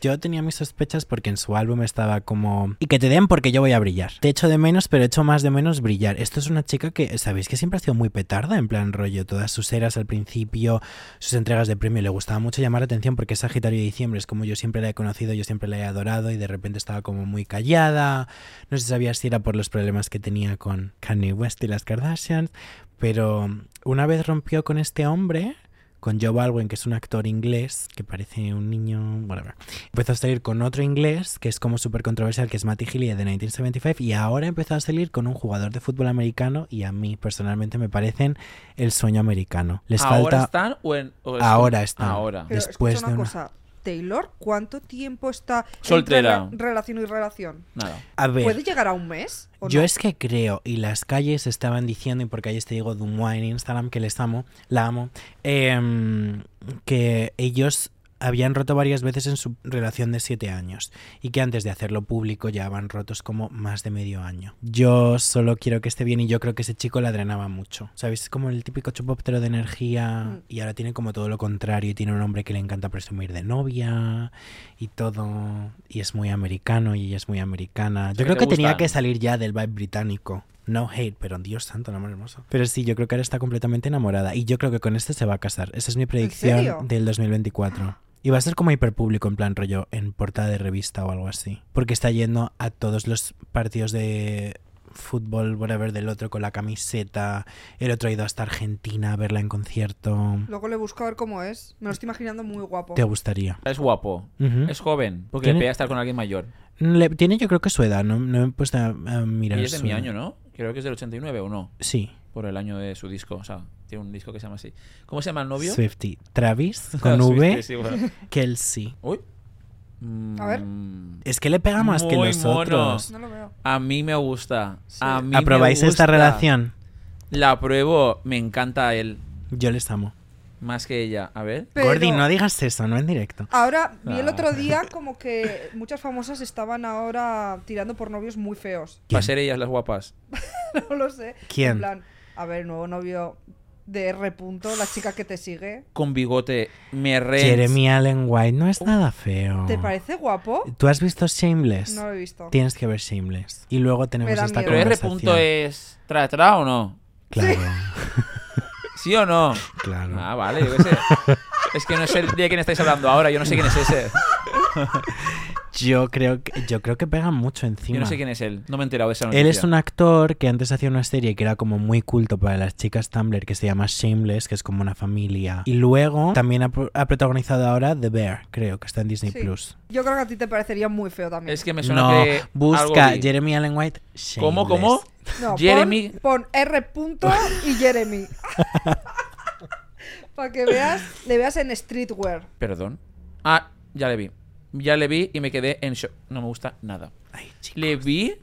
D: Yo tenía mis sospechas porque en su álbum estaba como... Y que te den porque yo voy a brillar. Te echo de menos, pero echo más de menos brillar. Esto es una chica que, ¿sabéis que siempre ha sido muy petarda? En plan rollo, todas sus eras al principio, sus entregas de premio, le gustaba mucho llamar la atención porque es Sagitario de Diciembre, es como yo siempre la he conocido, yo siempre la he adorado y de repente estaba como muy callada. No se sabía si era por los problemas que tenía con Kanye West y las Kardashians, pero una vez rompió con este hombre... Con Joe Baldwin, que es un actor inglés, que parece un niño, whatever. Empezó a salir con otro inglés, que es como súper controversial, que es Matty Healy de 1975, y ahora empezó a salir con un jugador de fútbol americano, y a mí personalmente me parecen el sueño americano. Les
C: ¿Ahora
D: falta...
C: están o en.? o es-
D: Ahora están.
C: Ahora.
B: Pero
D: Después
B: escucha
D: de
B: una
D: una-
B: cosa. Taylor, ¿cuánto tiempo está entre
C: Soltera.
B: re- relación y relación?
C: Nada.
D: A ver,
B: ¿Puede llegar a un mes? ¿O
D: Yo
B: no?
D: es que creo, y las calles estaban diciendo, y por calles te digo Dumois en Instagram, que les amo, la amo, em, que ellos habían roto varias veces en su relación de siete años y que antes de hacerlo público ya habían rotos como más de medio año. Yo solo quiero que esté bien y yo creo que ese chico la drenaba mucho. ¿Sabéis? Es como el típico chupóptero de energía
B: Mm.
D: y ahora tiene como todo lo contrario y tiene un hombre que le encanta presumir de novia y todo y es muy americano y ella es muy americana.
C: sea,
D: Yo
C: que
D: creo
C: te
D: que tenía
C: gustan.
D: que salir ya del vibe británico. No hate, pero Dios santo, la más hermosa. Pero sí, yo creo que ahora está completamente enamorada. Y yo creo que con este se va a casar. Esa es mi
B: serio?
D: predicción del 2024. Y va a ser como hiperpúblico, en plan rollo, en portada de revista o algo así. Porque está yendo a todos los partidos de fútbol, whatever, del otro con la camiseta. El otro ha ido hasta Argentina a verla en concierto.
B: Luego le busco a ver cómo es. Me lo estoy imaginando muy guapo.
D: Te gustaría.
C: Es guapo.
D: Ujú.
C: Es joven. Porque le
D: ¿Mm? Tiene-
C: pega estar con alguien mayor.
D: Le- tiene yo creo que su edad, no, no me he puesto a, a mirar.
C: y es de
D: su
C: mi
D: edad.
C: año, ¿no? Creo que es del 89 o no.
D: Sí.
C: Por el año de su disco. O sea, tiene un disco que se llama así. ¿Cómo se llama el novio?
D: Swifty. Travis con
C: Swiftie,
D: V.
C: sí, bueno.
D: Kelsey.
C: Uy.
B: A ver.
C: Mm,
D: Es que le pega más que
C: Muy
D: los
C: mono.
D: otros.
B: No lo veo.
C: A mí me gusta.
B: Sí.
C: A mí me
D: ¿Aprobáis
C: gusta.
D: esta relación?
C: La apruebo. Me encanta él.
D: Yo les amo.
C: Más que ella. A ver.
B: Pero-
D: Gordy, no digas eso, no en directo.
B: Ahora, vi el
C: Ah.
B: otro día como que muchas famosas estaban ahora tirando por novios muy feos.
C: Para
D: ¿Quién?
C: ser ellas las guapas.
B: No lo sé.
D: ¿Quién?
B: En plan, a ver, nuevo novio de R. Punto, la chica que te sigue.
C: Con bigote. Me re.
D: Jeremy Allen White no Eh, es nada feo.
B: ¿Te parece guapo?
D: ¿Tú has visto Shameless?
B: No lo he visto.
D: Tienes que ver Shameless. Y luego tenemos
B: Me da
D: esta
B: miedo.
C: Pero R. punto
D: conversación.
C: es. eh. ¿Tra, tra o no?
D: Claro,
C: ¿Sí o no?
D: claro.
C: Ah, vale, yo qué sé. Es que no sé de quién estáis hablando ahora, yo no sé quién es ese.
D: Yo creo que yo creo que pega mucho encima.
C: Yo no sé quién es él, no me he enterado de esa noticia.
D: Él es un actor que antes hacía una serie que era como muy culto para las chicas Tumblr que se llama Shameless, que es como una familia. Y luego también ha, pro- ha protagonizado ahora The Bear, creo que está en Disney
B: Sí.
D: Plus.
B: Yo creo que a ti te parecería muy feo también.
C: Es que me suena
D: No,
C: que.
D: busca
C: algo vi.
D: Jeremy Allen White.
C: ¿Cómo,
D: Shameless.
C: cómo?
B: No,
C: Jeremy-
B: Pon, pon R. Punto y Jeremy. Para que veas, le veas en streetwear.
C: Perdón. Ah, ya le vi. Ya le vi y me quedé en shock. No me gusta nada.
D: Ay, chico.
C: Le vi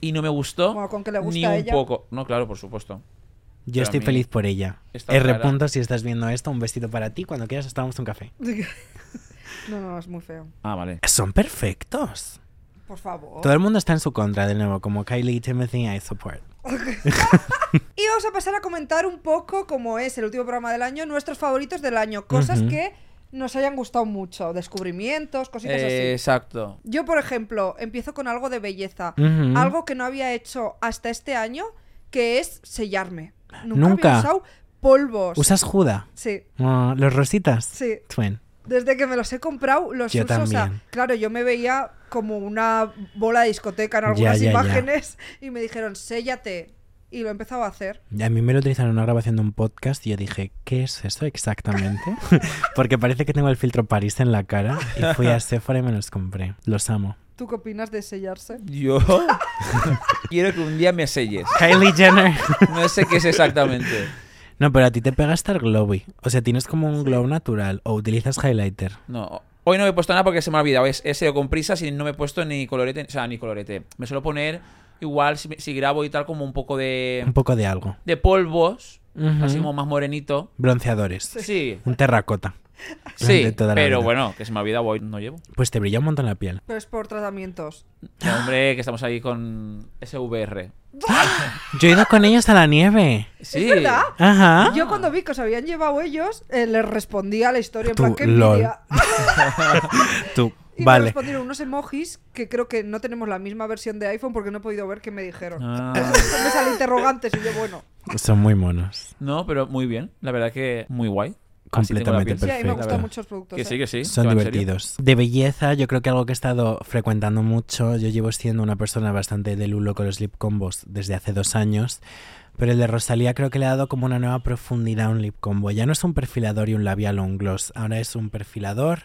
C: y no me gustó.
B: Bueno, con que le gusta
C: ni un
B: a ella.
C: poco. No, claro, por supuesto.
D: Yo
C: a
D: estoy
C: mí
D: feliz por ella.
C: esta
D: R.
C: cara-
D: Punto, si estás viendo esto, un vestido para ti. Cuando quieras, estamos un café.
B: No, no, es muy feo.
C: Ah, vale.
D: Son perfectos.
B: Por favor.
D: Oh. Todo el mundo está en su contra, de nuevo, como Kylie y Timothy, I support.
B: Y vamos a pasar a comentar un poco, como es el último programa del año, nuestros favoritos del año. Cosas
D: Ujú.
B: que nos hayan gustado mucho. Descubrimientos, cositas
C: Eh,
B: así.
C: exacto.
B: Yo, por ejemplo, empiezo con algo de belleza.
D: Ujú.
B: Algo que no había hecho hasta este año, que es sellarme. Nunca,
D: Nunca.
B: había usado polvos.
D: ¿Usas Juda?
B: Sí,
D: Ah, ¿Los rositas?
B: sí.
D: Twin.
B: Desde que me los he comprado, los
D: Yo
B: uso. o sea,
D: también.
B: claro, yo me veía como una bola de discoteca en
D: Ya,
B: algunas
D: ya, ya.
B: imágenes y me dijeron, séllate. y lo he empezado a hacer.
D: Y A mí me lo utilizaron en una grabación de un podcast y yo dije, ¿qué es esto exactamente? Porque parece que tengo el filtro París en la cara y fui a Sephora y me los compré. Los amo.
B: ¿Tú qué opinas de sellarse?
C: Yo quiero que un día me selles.
D: Kylie Jenner.
C: No sé qué es exactamente.
D: No, pero a ti te pega estar glowy. O sea, tienes como un glow natural o utilizas highlighter.
C: No. Hoy no me he puesto nada porque se me ha olvidado. Es he sido con prisas y no me he puesto ni colorete. O sea, ni colorete. Me suelo poner igual si, me- si grabo y tal como un poco de,
D: Un poco de algo.
C: de polvos.
D: Ujú.
C: Así como más morenito.
D: Bronceadores.
C: Sí.
D: Un terracota.
C: Sí.
D: De toda la
C: Pero
D: vida.
C: bueno, que se me ha olvidado. Hoy no llevo.
D: Pues te brilla un montón la piel.
B: Pero es por tratamientos.
C: Hombre, que estamos ahí con SVR.
D: Yo he ido con ellos a la nieve.
C: Sí.
B: ¿Es verdad?
C: Ah.
D: Ajá.
B: Yo cuando vi que os habían llevado ellos, eh, les respondía la historia en
D: Tú,
B: plan que
D: lol.
B: envidia. Ah,
D: Tú.
B: Y me
D: Vale.
B: respondieron unos emojis que creo que no tenemos la misma versión de iPhone porque no he podido ver qué me dijeron.
C: Ah.
B: Me sale interrogantes y yo, bueno.
D: Son muy monos.
C: No, pero muy bien. La verdad que muy guay. Así tengo la
D: Completamente
C: piel.
B: Sí, a mí
D: Perfecto.
B: me gustan mucho los productos.
C: Que
B: ¿eh?
C: sí, que sí.
D: Son
C: que va en
D: divertidos. De belleza, yo creo que algo que he estado frecuentando mucho, yo llevo siendo una persona bastante de lulo con los lip combos desde hace dos años, pero el de Rosalía creo que le ha dado como una nueva profundidad a un lip combo. Ya no es un perfilador y un labial o un gloss, ahora es un perfilador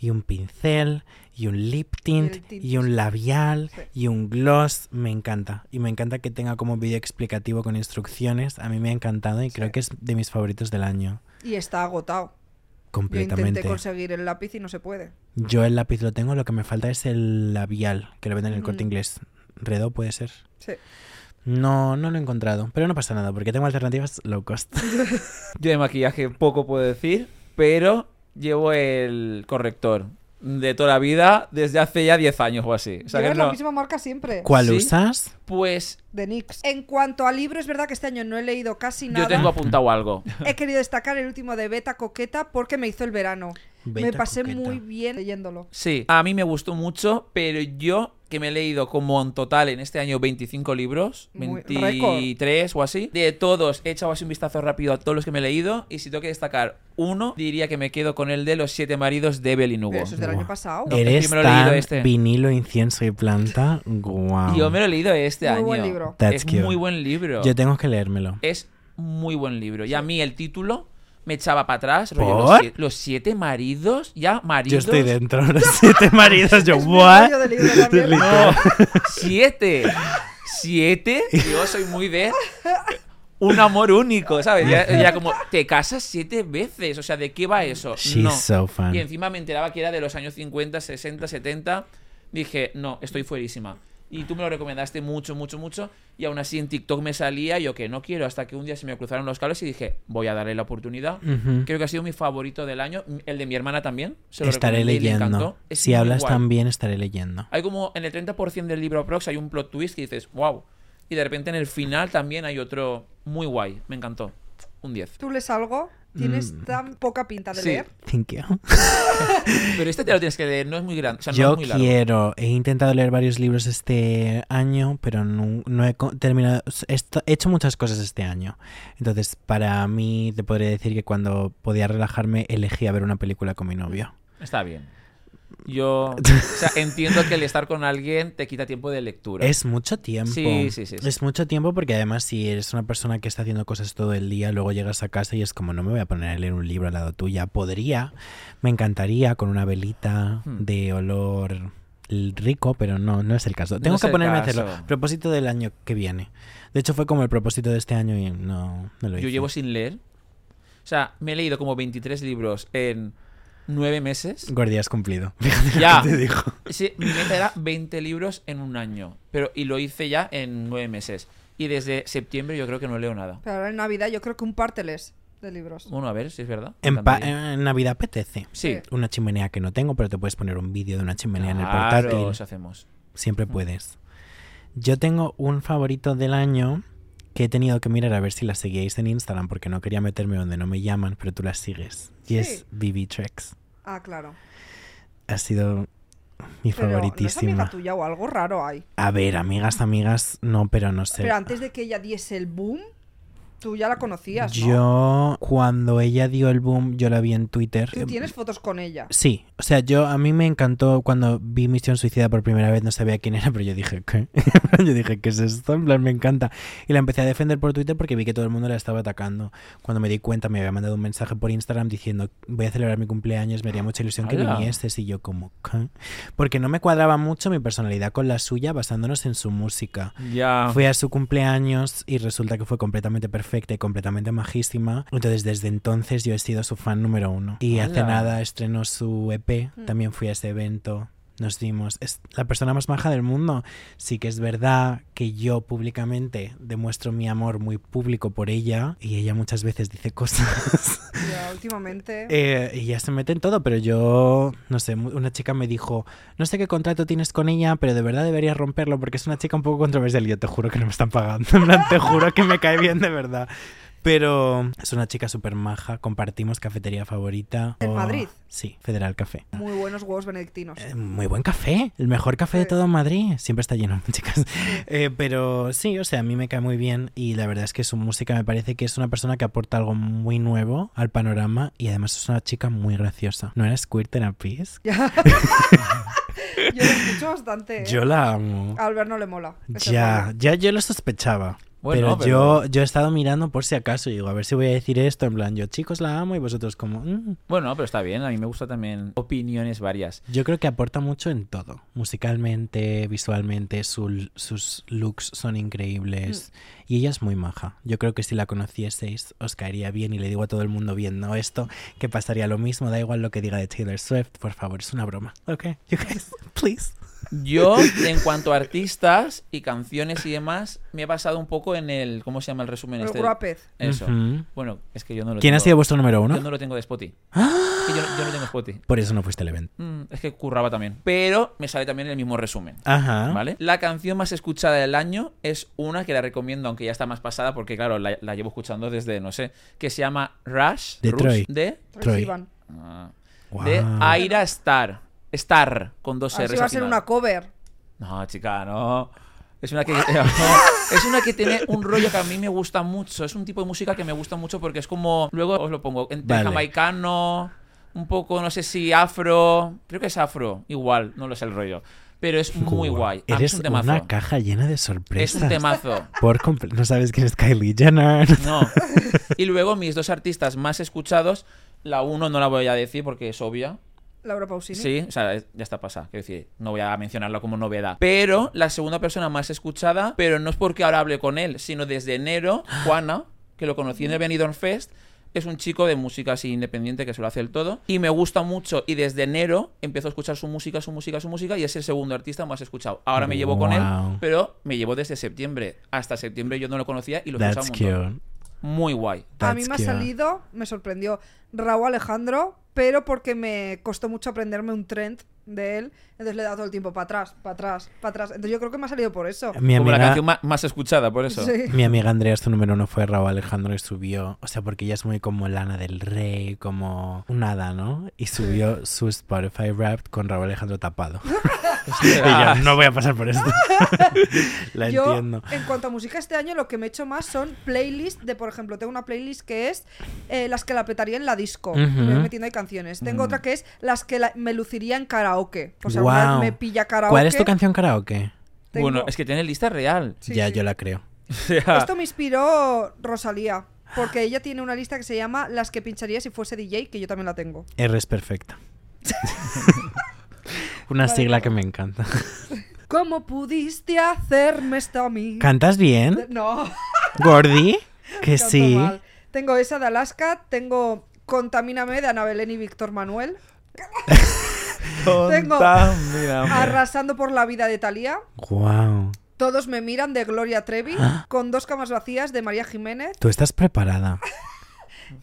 D: y un pincel y un lip tint
B: el tint.
D: y un labial y un gloss. Me encanta. Y me encanta que tenga como vídeo explicativo con instrucciones. A mí me ha encantado y creo que es de mis favoritos del año.
B: Y está agotado. Yo
D: Completamente.
B: intenté conseguir el lápiz y no se puede.
D: Yo el lápiz lo tengo, lo que me falta es el labial, que lo venden en el corte
B: Ujú.
D: inglés. Redo puede ser.
B: Sí.
D: No, no lo he encontrado, pero no pasa nada, porque tengo alternativas low cost.
C: Yo de maquillaje poco puedo decir, pero llevo el corrector de toda la vida desde hace ya 10 años o así. O sea que
B: Llevas
C: no-
B: la misma marca siempre.
D: ¿Cuál
C: ¿Sí?
D: usas?
C: Pues
B: De NYX. En cuanto a libro, es verdad que este año no he leído casi nada.
C: yo tengo apuntado algo.
B: He querido destacar el último de Beta Coqueta porque me hizo el verano. me
D: Beta
B: pasé
D: Coqueta.
B: muy bien leyéndolo.
C: Sí, a mí me gustó mucho, pero yo que me he leído como en total en este año 25 libros,
B: Muy-
C: 23 o así, de todos he echado así un vistazo rápido a todos los que me he leído y si tengo que destacar uno, diría que me quedo con el de los siete maridos de Evelyn Hugo.
B: Pero eso es del
D: Buah.
B: año pasado.
C: No,
D: Eres
C: es que me lo he leído
D: tan
C: este.
D: vinilo, incienso y planta. Guau.
C: Yo me lo he leído este
B: Muy
C: año.
B: buen libro.
D: That's
C: es
D: cute.
C: muy buen libro.
D: Yo tengo que leérmelo.
C: Es muy buen libro. Y a mí el título me echaba para atrás. rollo,
D: ¿Por?
C: Los, sie- los siete maridos, ya maridos.
D: Yo estoy dentro, los siete maridos, yo,
B: Es mi
D: ¿what?
B: rollo de libro también.
C: No, siete. Siete. Yo soy muy de un amor único, ¿sabes? Ya, ya como, te casas siete veces. O sea, ¿de qué va eso?
D: She's
C: no.
D: so fan.
C: Y encima me enteraba que era de los años 50, 60, 70. Dije, no, estoy fuerísima. Y tú me lo recomendaste mucho, mucho, mucho. Y aún así en TikTok me salía yo que no quiero. Hasta que un día se me cruzaron los cables y dije, voy a darle la oportunidad.
D: Ujú.
C: Creo que ha sido mi favorito del año. Mm, El de mi hermana también. Se lo
D: Estaré
C: recomendé y le
D: leyendo.
C: encantó. Es
D: si
C: muy
D: hablas
C: guay.
D: tan bien, estaré leyendo.
C: Hay como en el 30% del libro aprox hay un plot twist que dices, wow. Y de repente en el final también hay otro muy guay. Me encantó. Un 10.
B: ¿Tú lees algo? Tienes tan poca pinta de
C: Mm. Sí.
B: leer.
D: Thank you.
C: Pero este te lo tienes que leer. No es muy grande. O sea, no
D: Yo
C: es muy largo.
D: quiero, he intentado leer varios libros este año, pero no, no he co- terminado. esto- he hecho muchas cosas este año. Entonces, para mí, te podría decir que cuando podía relajarme, elegía ver una película con mi novio.
C: Está bien. Yo o sea, entiendo que el estar con alguien te quita tiempo de lectura.
D: Es mucho tiempo.
C: Sí, sí, sí, sí.
D: Es mucho tiempo porque además, si eres una persona que está haciendo cosas todo el día, luego llegas a casa y es como, no me voy a poner a leer un libro al lado tuya. Podría, me encantaría con una velita
C: Hmm.
D: de olor l- rico, pero no, no es el caso.
C: No
D: Tengo
C: es
D: que
C: el
D: ponerme
C: caso.
D: a hacerlo. Propósito del año que viene. De hecho, fue como el propósito de este año y no, no lo hice.
C: Yo llevo sin leer. O sea, me he leído como 23 libros en 9 meses.
D: Gordi, has cumplido. Fíjate lo que
C: Ya.
D: te dijo.
C: Sí, mi meta era 20 libros en un año. Pero, y lo hice ya en 9 meses. Y desde septiembre yo creo que no leo nada.
B: Pero ahora en Navidad yo creo que un par te lees de libros.
C: Bueno, a ver si es verdad.
D: En, pa-
C: Tanto-
D: en Navidad apetece.
C: Sí.
D: Una chimenea que no tengo, pero te puedes poner un vídeo de una chimenea en el
C: Claro,
D: portátil.
C: eso hacemos.
D: Siempre puedes. Yo tengo un favorito del año que he tenido que mirar a ver si la seguíais en Instagram porque no quería meterme donde no me llaman, pero tú la sigues. Y es
B: Sí.
D: BB Trex.
B: Ah, claro.
D: Ha sido mi
B: Pero ¿no es
D: favoritísima.
B: amiga tuya o algo raro hay.
D: a ver, amigas, amigas, no, pero no sé.
B: Pero antes de que ella diese el boom, Tú ya la conocías, ¿no?
D: Yo, cuando ella dio el boom, yo la vi en Twitter.
C: eh,
D: eh,
B: Tú tienes fotos con ella.
D: Sí, o sea, yo a mí me encantó cuando vi Misión Suicida por primera vez, no sabía quién era, pero yo dije, ¿qué? yo dije, ¿qué es esto? En plan, me encanta. Y la empecé a defender por Twitter porque vi que todo el mundo la estaba atacando. Cuando me di cuenta, me había mandado un mensaje por Instagram diciendo, voy a celebrar mi cumpleaños, me haría mucha ilusión que
C: ¡Hala!
D: vinieses. Y yo como, ¿qué? Porque no me cuadraba mucho mi personalidad con la suya basándonos en su música.
C: Ya.
D: Fui a su cumpleaños y resulta que fue completamente perfecta y completamente majísima. Entonces, desde entonces yo he sido su fan número uno. Y hace
C: ¡Hala!
D: nada estrenó su EP,
B: Mm.
D: también fui a ese evento. Nos dimos. Es la persona más maja del mundo. Sí que es verdad que yo públicamente demuestro mi amor muy público por ella. Y ella muchas veces dice cosas
B: Ya, últimamente.
D: eh, y ya se mete en todo, pero yo, no sé, mu- una chica me dijo, no sé qué contrato tienes con ella, pero de verdad deberías romperlo porque es una chica un poco controversial. Y yo te juro que no me están pagando, en plan, te juro que me cae bien de verdad. Pero es una chica súper maja, compartimos cafetería favorita.
B: ¿En
D: Oh,
B: Madrid?
D: Sí, Federal Café.
B: Muy buenos huevos benedictinos.
D: Eh, Muy buen café, el mejor café de
B: Sí.
D: todo Madrid. Siempre está lleno, chicas. Eh, pero sí, o sea, a mí me cae muy bien y la verdad es que su música me parece que es una persona que aporta algo muy nuevo al panorama y además es una chica muy graciosa. ¿No era Squirt Therapist?
B: Ya. Yo lo escucho bastante. ¿eh?
D: Yo la amo.
B: A Albert no le mola. ese
D: Ya,
B: rollo.
D: ya yo lo sospechaba.
C: Bueno,
D: pero yo, yo he estado mirando por si acaso y digo, a ver si voy a decir esto. En plan, yo chicos la amo y vosotros como... "Mm".
C: Bueno, pero está bien. A mí me gusta también opiniones varias.
D: Yo creo que aporta mucho en todo. Musicalmente, visualmente, su- sus looks son increíbles.
B: Mm.
D: Y ella es muy maja. Yo creo que si la conocieseis os caería bien y le digo a todo el mundo viendo esto que pasaría lo mismo. Da igual lo que diga de Taylor Swift, por favor, es una broma. Ok, you guys, please.
C: Yo, en cuanto a artistas y canciones y demás, me he basado un poco en el. ¿Cómo se llama el resumen
B: El
C: este?
B: guapez.
C: Eso.
D: Ujú.
C: Bueno, es que yo no lo
D: ¿Quién ha
C: tengo.
D: sido vuestro número uno? ¡Ah!
C: Yo no lo tengo de Spotty. Es que yo, no- yo no tengo Spotty.
D: Por eso no fuiste al evento.
C: Mm, es que curraba también. Pero me sale también el mismo resumen.
D: Ajá.
C: ¿Vale? La canción más escuchada del año es una que la recomiendo, aunque ya está más pasada, porque claro, la, la llevo escuchando desde, no sé, que se llama Rush.
D: De
C: Rush,
D: Troy.
C: De,
B: Troy
D: Troy.
B: Sivan.
C: ah,
D: Guau.
C: de Aira Star. Star, con dos
B: Así
C: R's
B: va a
C: al
B: ser
C: final.
B: una cover.
C: No, chica, no. Es una, que, eh, es una que tiene un rollo que a mí me gusta mucho. Es un tipo de música que me gusta mucho porque es como. Luego os lo pongo. Entre
D: Vale.
C: jamaicano, un poco, no sé si afro. Creo que es afro. Igual, no lo sé el rollo. Pero es muy
D: Guau.
C: guay. A mí
D: Eres
C: es un temazo.
D: una caja llena de
C: es
D: sorpresas.
C: un temazo.
D: Por comple- no sabes quién es Kylie Jenner.
C: No. Y luego mis dos artistas más escuchados. La uno no la voy a decir porque es obvia.
B: Laura Pausini.
C: Sí, o sea, es- ya está pasada. Quiero decir, no voy a mencionarlo como novedad. Pero la segunda persona más escuchada, pero no es porque ahora hable con él, sino desde enero, Juana, que lo conocí en el Benidorm Fest, es un chico de música así independiente que se lo hace el todo. Y me gusta mucho. Y desde enero empiezo a escuchar su música, su música, su música. Y es el segundo artista más escuchado. Ahora me llevo con
D: Wow.
C: él, pero me llevo desde septiembre. Hasta septiembre yo no lo conocía y lo escuchaba
D: That's
C: un montón.
D: cute.
C: Muy guay.
B: A mí
D: That's
B: me ha
D: cute.
B: salido, me sorprendió Raúl Alejandro, pero porque me costó mucho aprenderme un trend de él, entonces le he dado todo el tiempo para atrás, para atrás, para atrás. Entonces yo creo que me ha salido por eso.
D: Mi
C: Como la
D: amiga,
C: canción ma- más escuchada, por eso.
B: Sí.
D: mi amiga Andrea, su número uno fue Raúl Alejandro y subió, o sea, porque ella es muy como Lana del Rey, como nada, ¿no? Y subió su Spotify Wrapped con Raúl Alejandro tapado. Y yo, no voy a pasar por esto. la
B: Yo,
D: entiendo.
B: en cuanto a música este año, lo que me he hecho más son playlists de, por ejemplo, tengo una playlist que es eh, las que la petaría en la disco.
D: Ujú. Mm.
B: Me voy metiendo ahí canciones. Tengo otra que es las que la- me luciría en karaoke. O sea, alguna
D: Guau.
B: vez me pilla karaoke.
D: ¿Cuál es tu canción karaoke?
B: tengo-
C: Bueno, es que tiene lista real.
B: Sí,
D: ya,
B: sí.
D: yo la creo.
C: O sea,
B: Esto me inspiró Rosalía, porque ella tiene una lista que se llama Las que pincharía si fuese DJ, que yo también la tengo.
D: R es perfecta. Una sigla que me encanta.
B: ¿Cómo pudiste hacerme esto a mí?
D: ¿Cantas bien?
B: no,
D: ¿Gordy? Que
B: canto
D: sí.
B: mal. Tengo esa de Alaska, tengo Contamíname de Ana Belén y Víctor Manuel, Tengo- Arrasando por la vida de Thalía,
D: Wow.
B: Todos me miran de Gloria Trevi,
D: ¿Ah?
B: con dos camas vacías de María Jiménez
D: Tú estás preparada.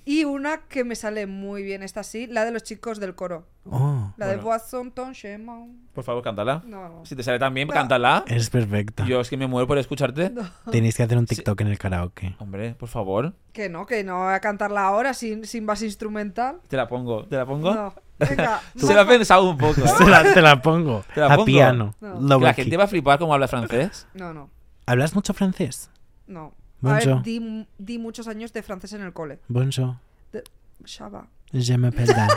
B: y una que me sale muy bien, esta sí, la de los chicos del coro.
D: Oh,
B: La de
C: Bueno.
B: Boisson Ton Chemin.
C: Por favor, cántala.
B: No, no.
C: Si te sale tan bien, cántala.
D: eres perfecta.
C: Yo es que me muero por escucharte.
D: Tenéis que hacer un TikTok en el karaoke.
C: Hombre, por favor.
B: Que no, que no voy a cantarla ahora sin, sin base instrumental.
C: Te la pongo. ¿Te la pongo?
B: No. Venga,
C: Se lo ha pensado un poco. ¿eh?
D: Se la- te la pongo.
C: Te la
D: a
C: pongo.
D: piano.
B: No.
D: Low
C: La
D: key.
C: gente va a flipar cómo habla francés.
B: No, no,
D: ¿Hablas mucho francés?
B: no. A
D: Bonjour.
B: ver, di, di muchos años de francés en el cole.
D: Bonjour.
B: De- Shaba.
D: Je m'appelle Dan.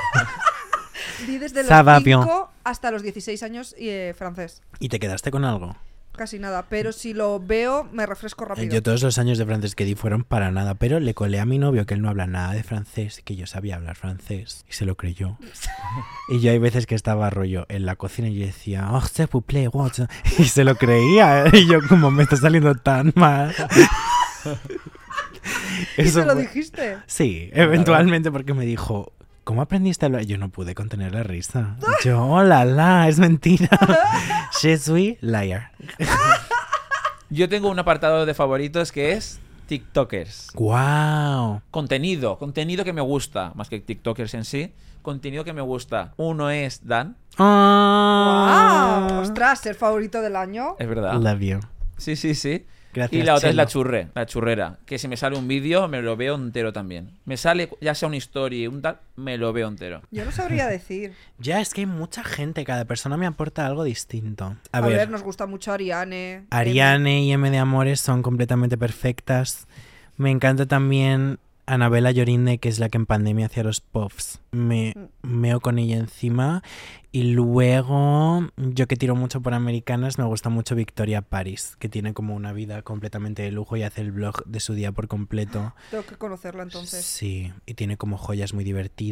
B: Di desde
D: Ça va
B: los
D: bien.
B: 5 hasta los 16 años y, eh, francés.
D: ¿Y te quedaste con algo?
B: Casi nada. Pero si lo veo, me refresco rápido.
D: Eh, Yo todos los años de francés que di fueron para nada, pero le colé a mi novio que él no habla nada de francés, que yo sabía hablar francés, y se lo creyó. Y yo hay veces que estaba rollo en la cocina y yo decía, oh, se vous plaît, what?" y se lo creía, y yo como me está saliendo tan mal.
B: ¿Y se lo
D: fue-
B: dijiste?
D: Sí, eventualmente porque me dijo, ¿cómo aprendiste a hablar? Yo no pude contener la risa. Yo, oh la la, es mentira. Je suis liar.
C: Yo tengo un apartado de favoritos que es TikTokers.
D: Wow.
C: Contenido, contenido que me gusta, más que TikTokers en sí. Contenido que me gusta. Uno es Dan,
D: Ah.
B: ¡Wow! ¡Ostras! El favorito del año.
D: Eh.
C: es verdad.
D: Love you.
C: Sí, sí, sí.
D: Gracias,
C: y la otra es la
D: Chelo.
C: churre, la churrera. Que si me sale un vídeo, me lo veo entero también. Me sale, ya sea un story, un tal, me lo veo entero.
B: Yo no sabría decir.
D: Ya, es que hay mucha gente, cada persona me aporta algo distinto. A,
B: A,
D: ver,
B: ver. nos gusta mucho Ariane.
D: Ariane y M de Amores son completamente perfectas. Me encanta también Anabela Llorinde, que es la que en pandemia hacía los puffs. Me meo con ella encima. Y luego, yo que tiro mucho por americanas, me gusta mucho Victoria Paris, que tiene como una vida completamente de lujo y hace el blog de su día por completo.
B: Tengo que conocerla entonces.
D: Sí, y tiene como joyas muy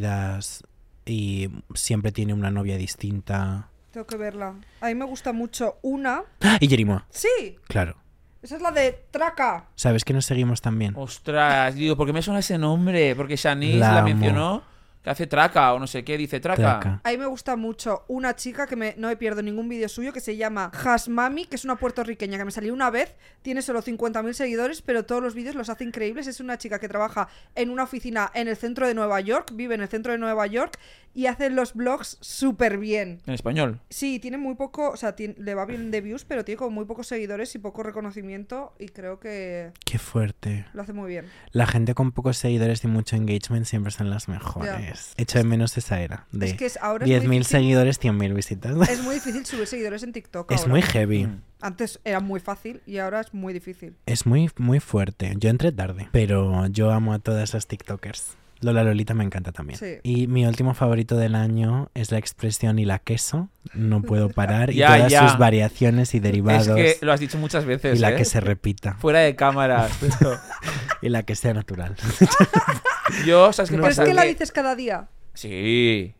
D: divertidas y siempre tiene una novia distinta.
B: Tengo que verla. A mí me gusta mucho una.
D: ¡Ah! Y Jerimoa,
B: Sí,
D: claro.
B: esa es la de Traca.
D: ¿Sabes que nos seguimos también?
C: Ostras, digo, ¿por qué me suena ese nombre? Porque Shanice
D: La
C: la,
D: amo.
C: mencionó que hace traca o no sé qué, dice traca.
D: Traca.
B: A mí me gusta mucho una chica que me- no me pierdo ningún vídeo suyo que se llama Hasmami, que es una puertorriqueña que me salió una vez. Tiene solo 50.000 seguidores, pero todos los vídeos los hace increíbles. Es una chica que trabaja en una oficina en el centro de Nueva York, vive en el centro de Nueva York y hace los vlogs súper bien.
C: En español.
B: Sí, tiene muy poco, o sea, tien- le va bien de views, pero tiene como muy pocos seguidores y poco reconocimiento y creo que
D: Qué fuerte.
B: lo hace muy bien.
D: La gente con pocos seguidores y mucho engagement siempre son las mejores. Echo de menos esa era. De
B: es que es- ahora es muy
D: 10.000
B: difícil-
D: seguidores, 100.000 visitas.
B: Es muy difícil subir seguidores en TikTok.
D: Es
B: ahora.
D: muy heavy.
C: Mm.
B: Antes era muy fácil y ahora es muy difícil.
D: Es muy, muy fuerte. Yo entré tarde, pero yo amo a todas las TikTokers. Lola Lolita me encanta también.
B: Sí.
D: Y mi último favorito del año es la expresión y la queso. No puedo parar. y
C: Ya,
D: todas
C: ya.
D: sus variaciones y derivados.
C: Es que lo has dicho muchas veces.
D: y la
C: ¿eh?
D: que se repita.
C: Fuera de cámara. pero-
D: Y la que sea natural.
C: Yo, ¿sabes qué
B: Pero es
C: pasa?
B: que la
C: Que-
B: dices cada día.
C: Sí.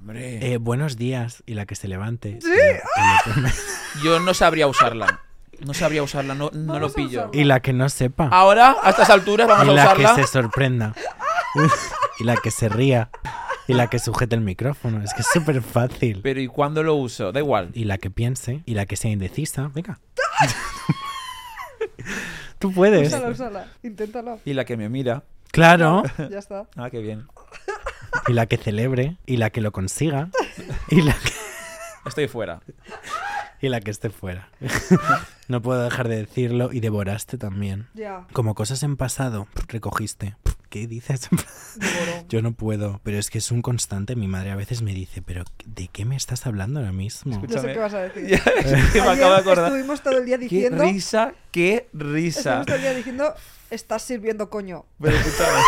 C: hombre.
D: Eh, buenos días. Y la que se levante.
B: Sí.
D: Y la-
C: Yo no sabría usarla. No sabría usarla, no, no
B: Vamos
C: lo
B: a
C: pillo.
B: usarla.
D: Y la que no sepa.
C: Ahora, a estas alturas, Ah, vamos
D: Y
C: a
D: la que
C: usarla.
D: se sorprenda. y la que se ría. Y la que sujete el micrófono. Es que es súper fácil.
C: Pero ¿y cuándo lo uso? Da igual.
D: Y la que piense. Y la que sea indecisa. Venga. Tú puedes.
B: Úsala, úsala. Inténtalo.
C: Y la que me mira.
D: Claro.
B: Ya está.
C: Ah, qué bien.
D: Y la que celebre. Y la que lo consiga. Y la que,
C: Estoy fuera.
D: y la que esté fuera. no puedo dejar de decirlo. Y devoraste también.
B: Ya.
D: Como cosas en pasado. Recogiste. ¿Qué dices?
B: Devoró.
D: Yo no puedo, pero es que es un constante. Mi madre a veces me dice, pero ¿de qué me estás hablando ahora mismo?
B: No sé
C: Escúchame.
B: qué vas a decir.
C: Ya, es que me acabo de
B: Ayer
C: acordar.
B: Estuvimos todo el día
C: Qué
B: diciendo.
C: risa, qué risa.
B: Estuvimos todo el día diciendo. Estás sirviendo coño.
C: Pero escúchame.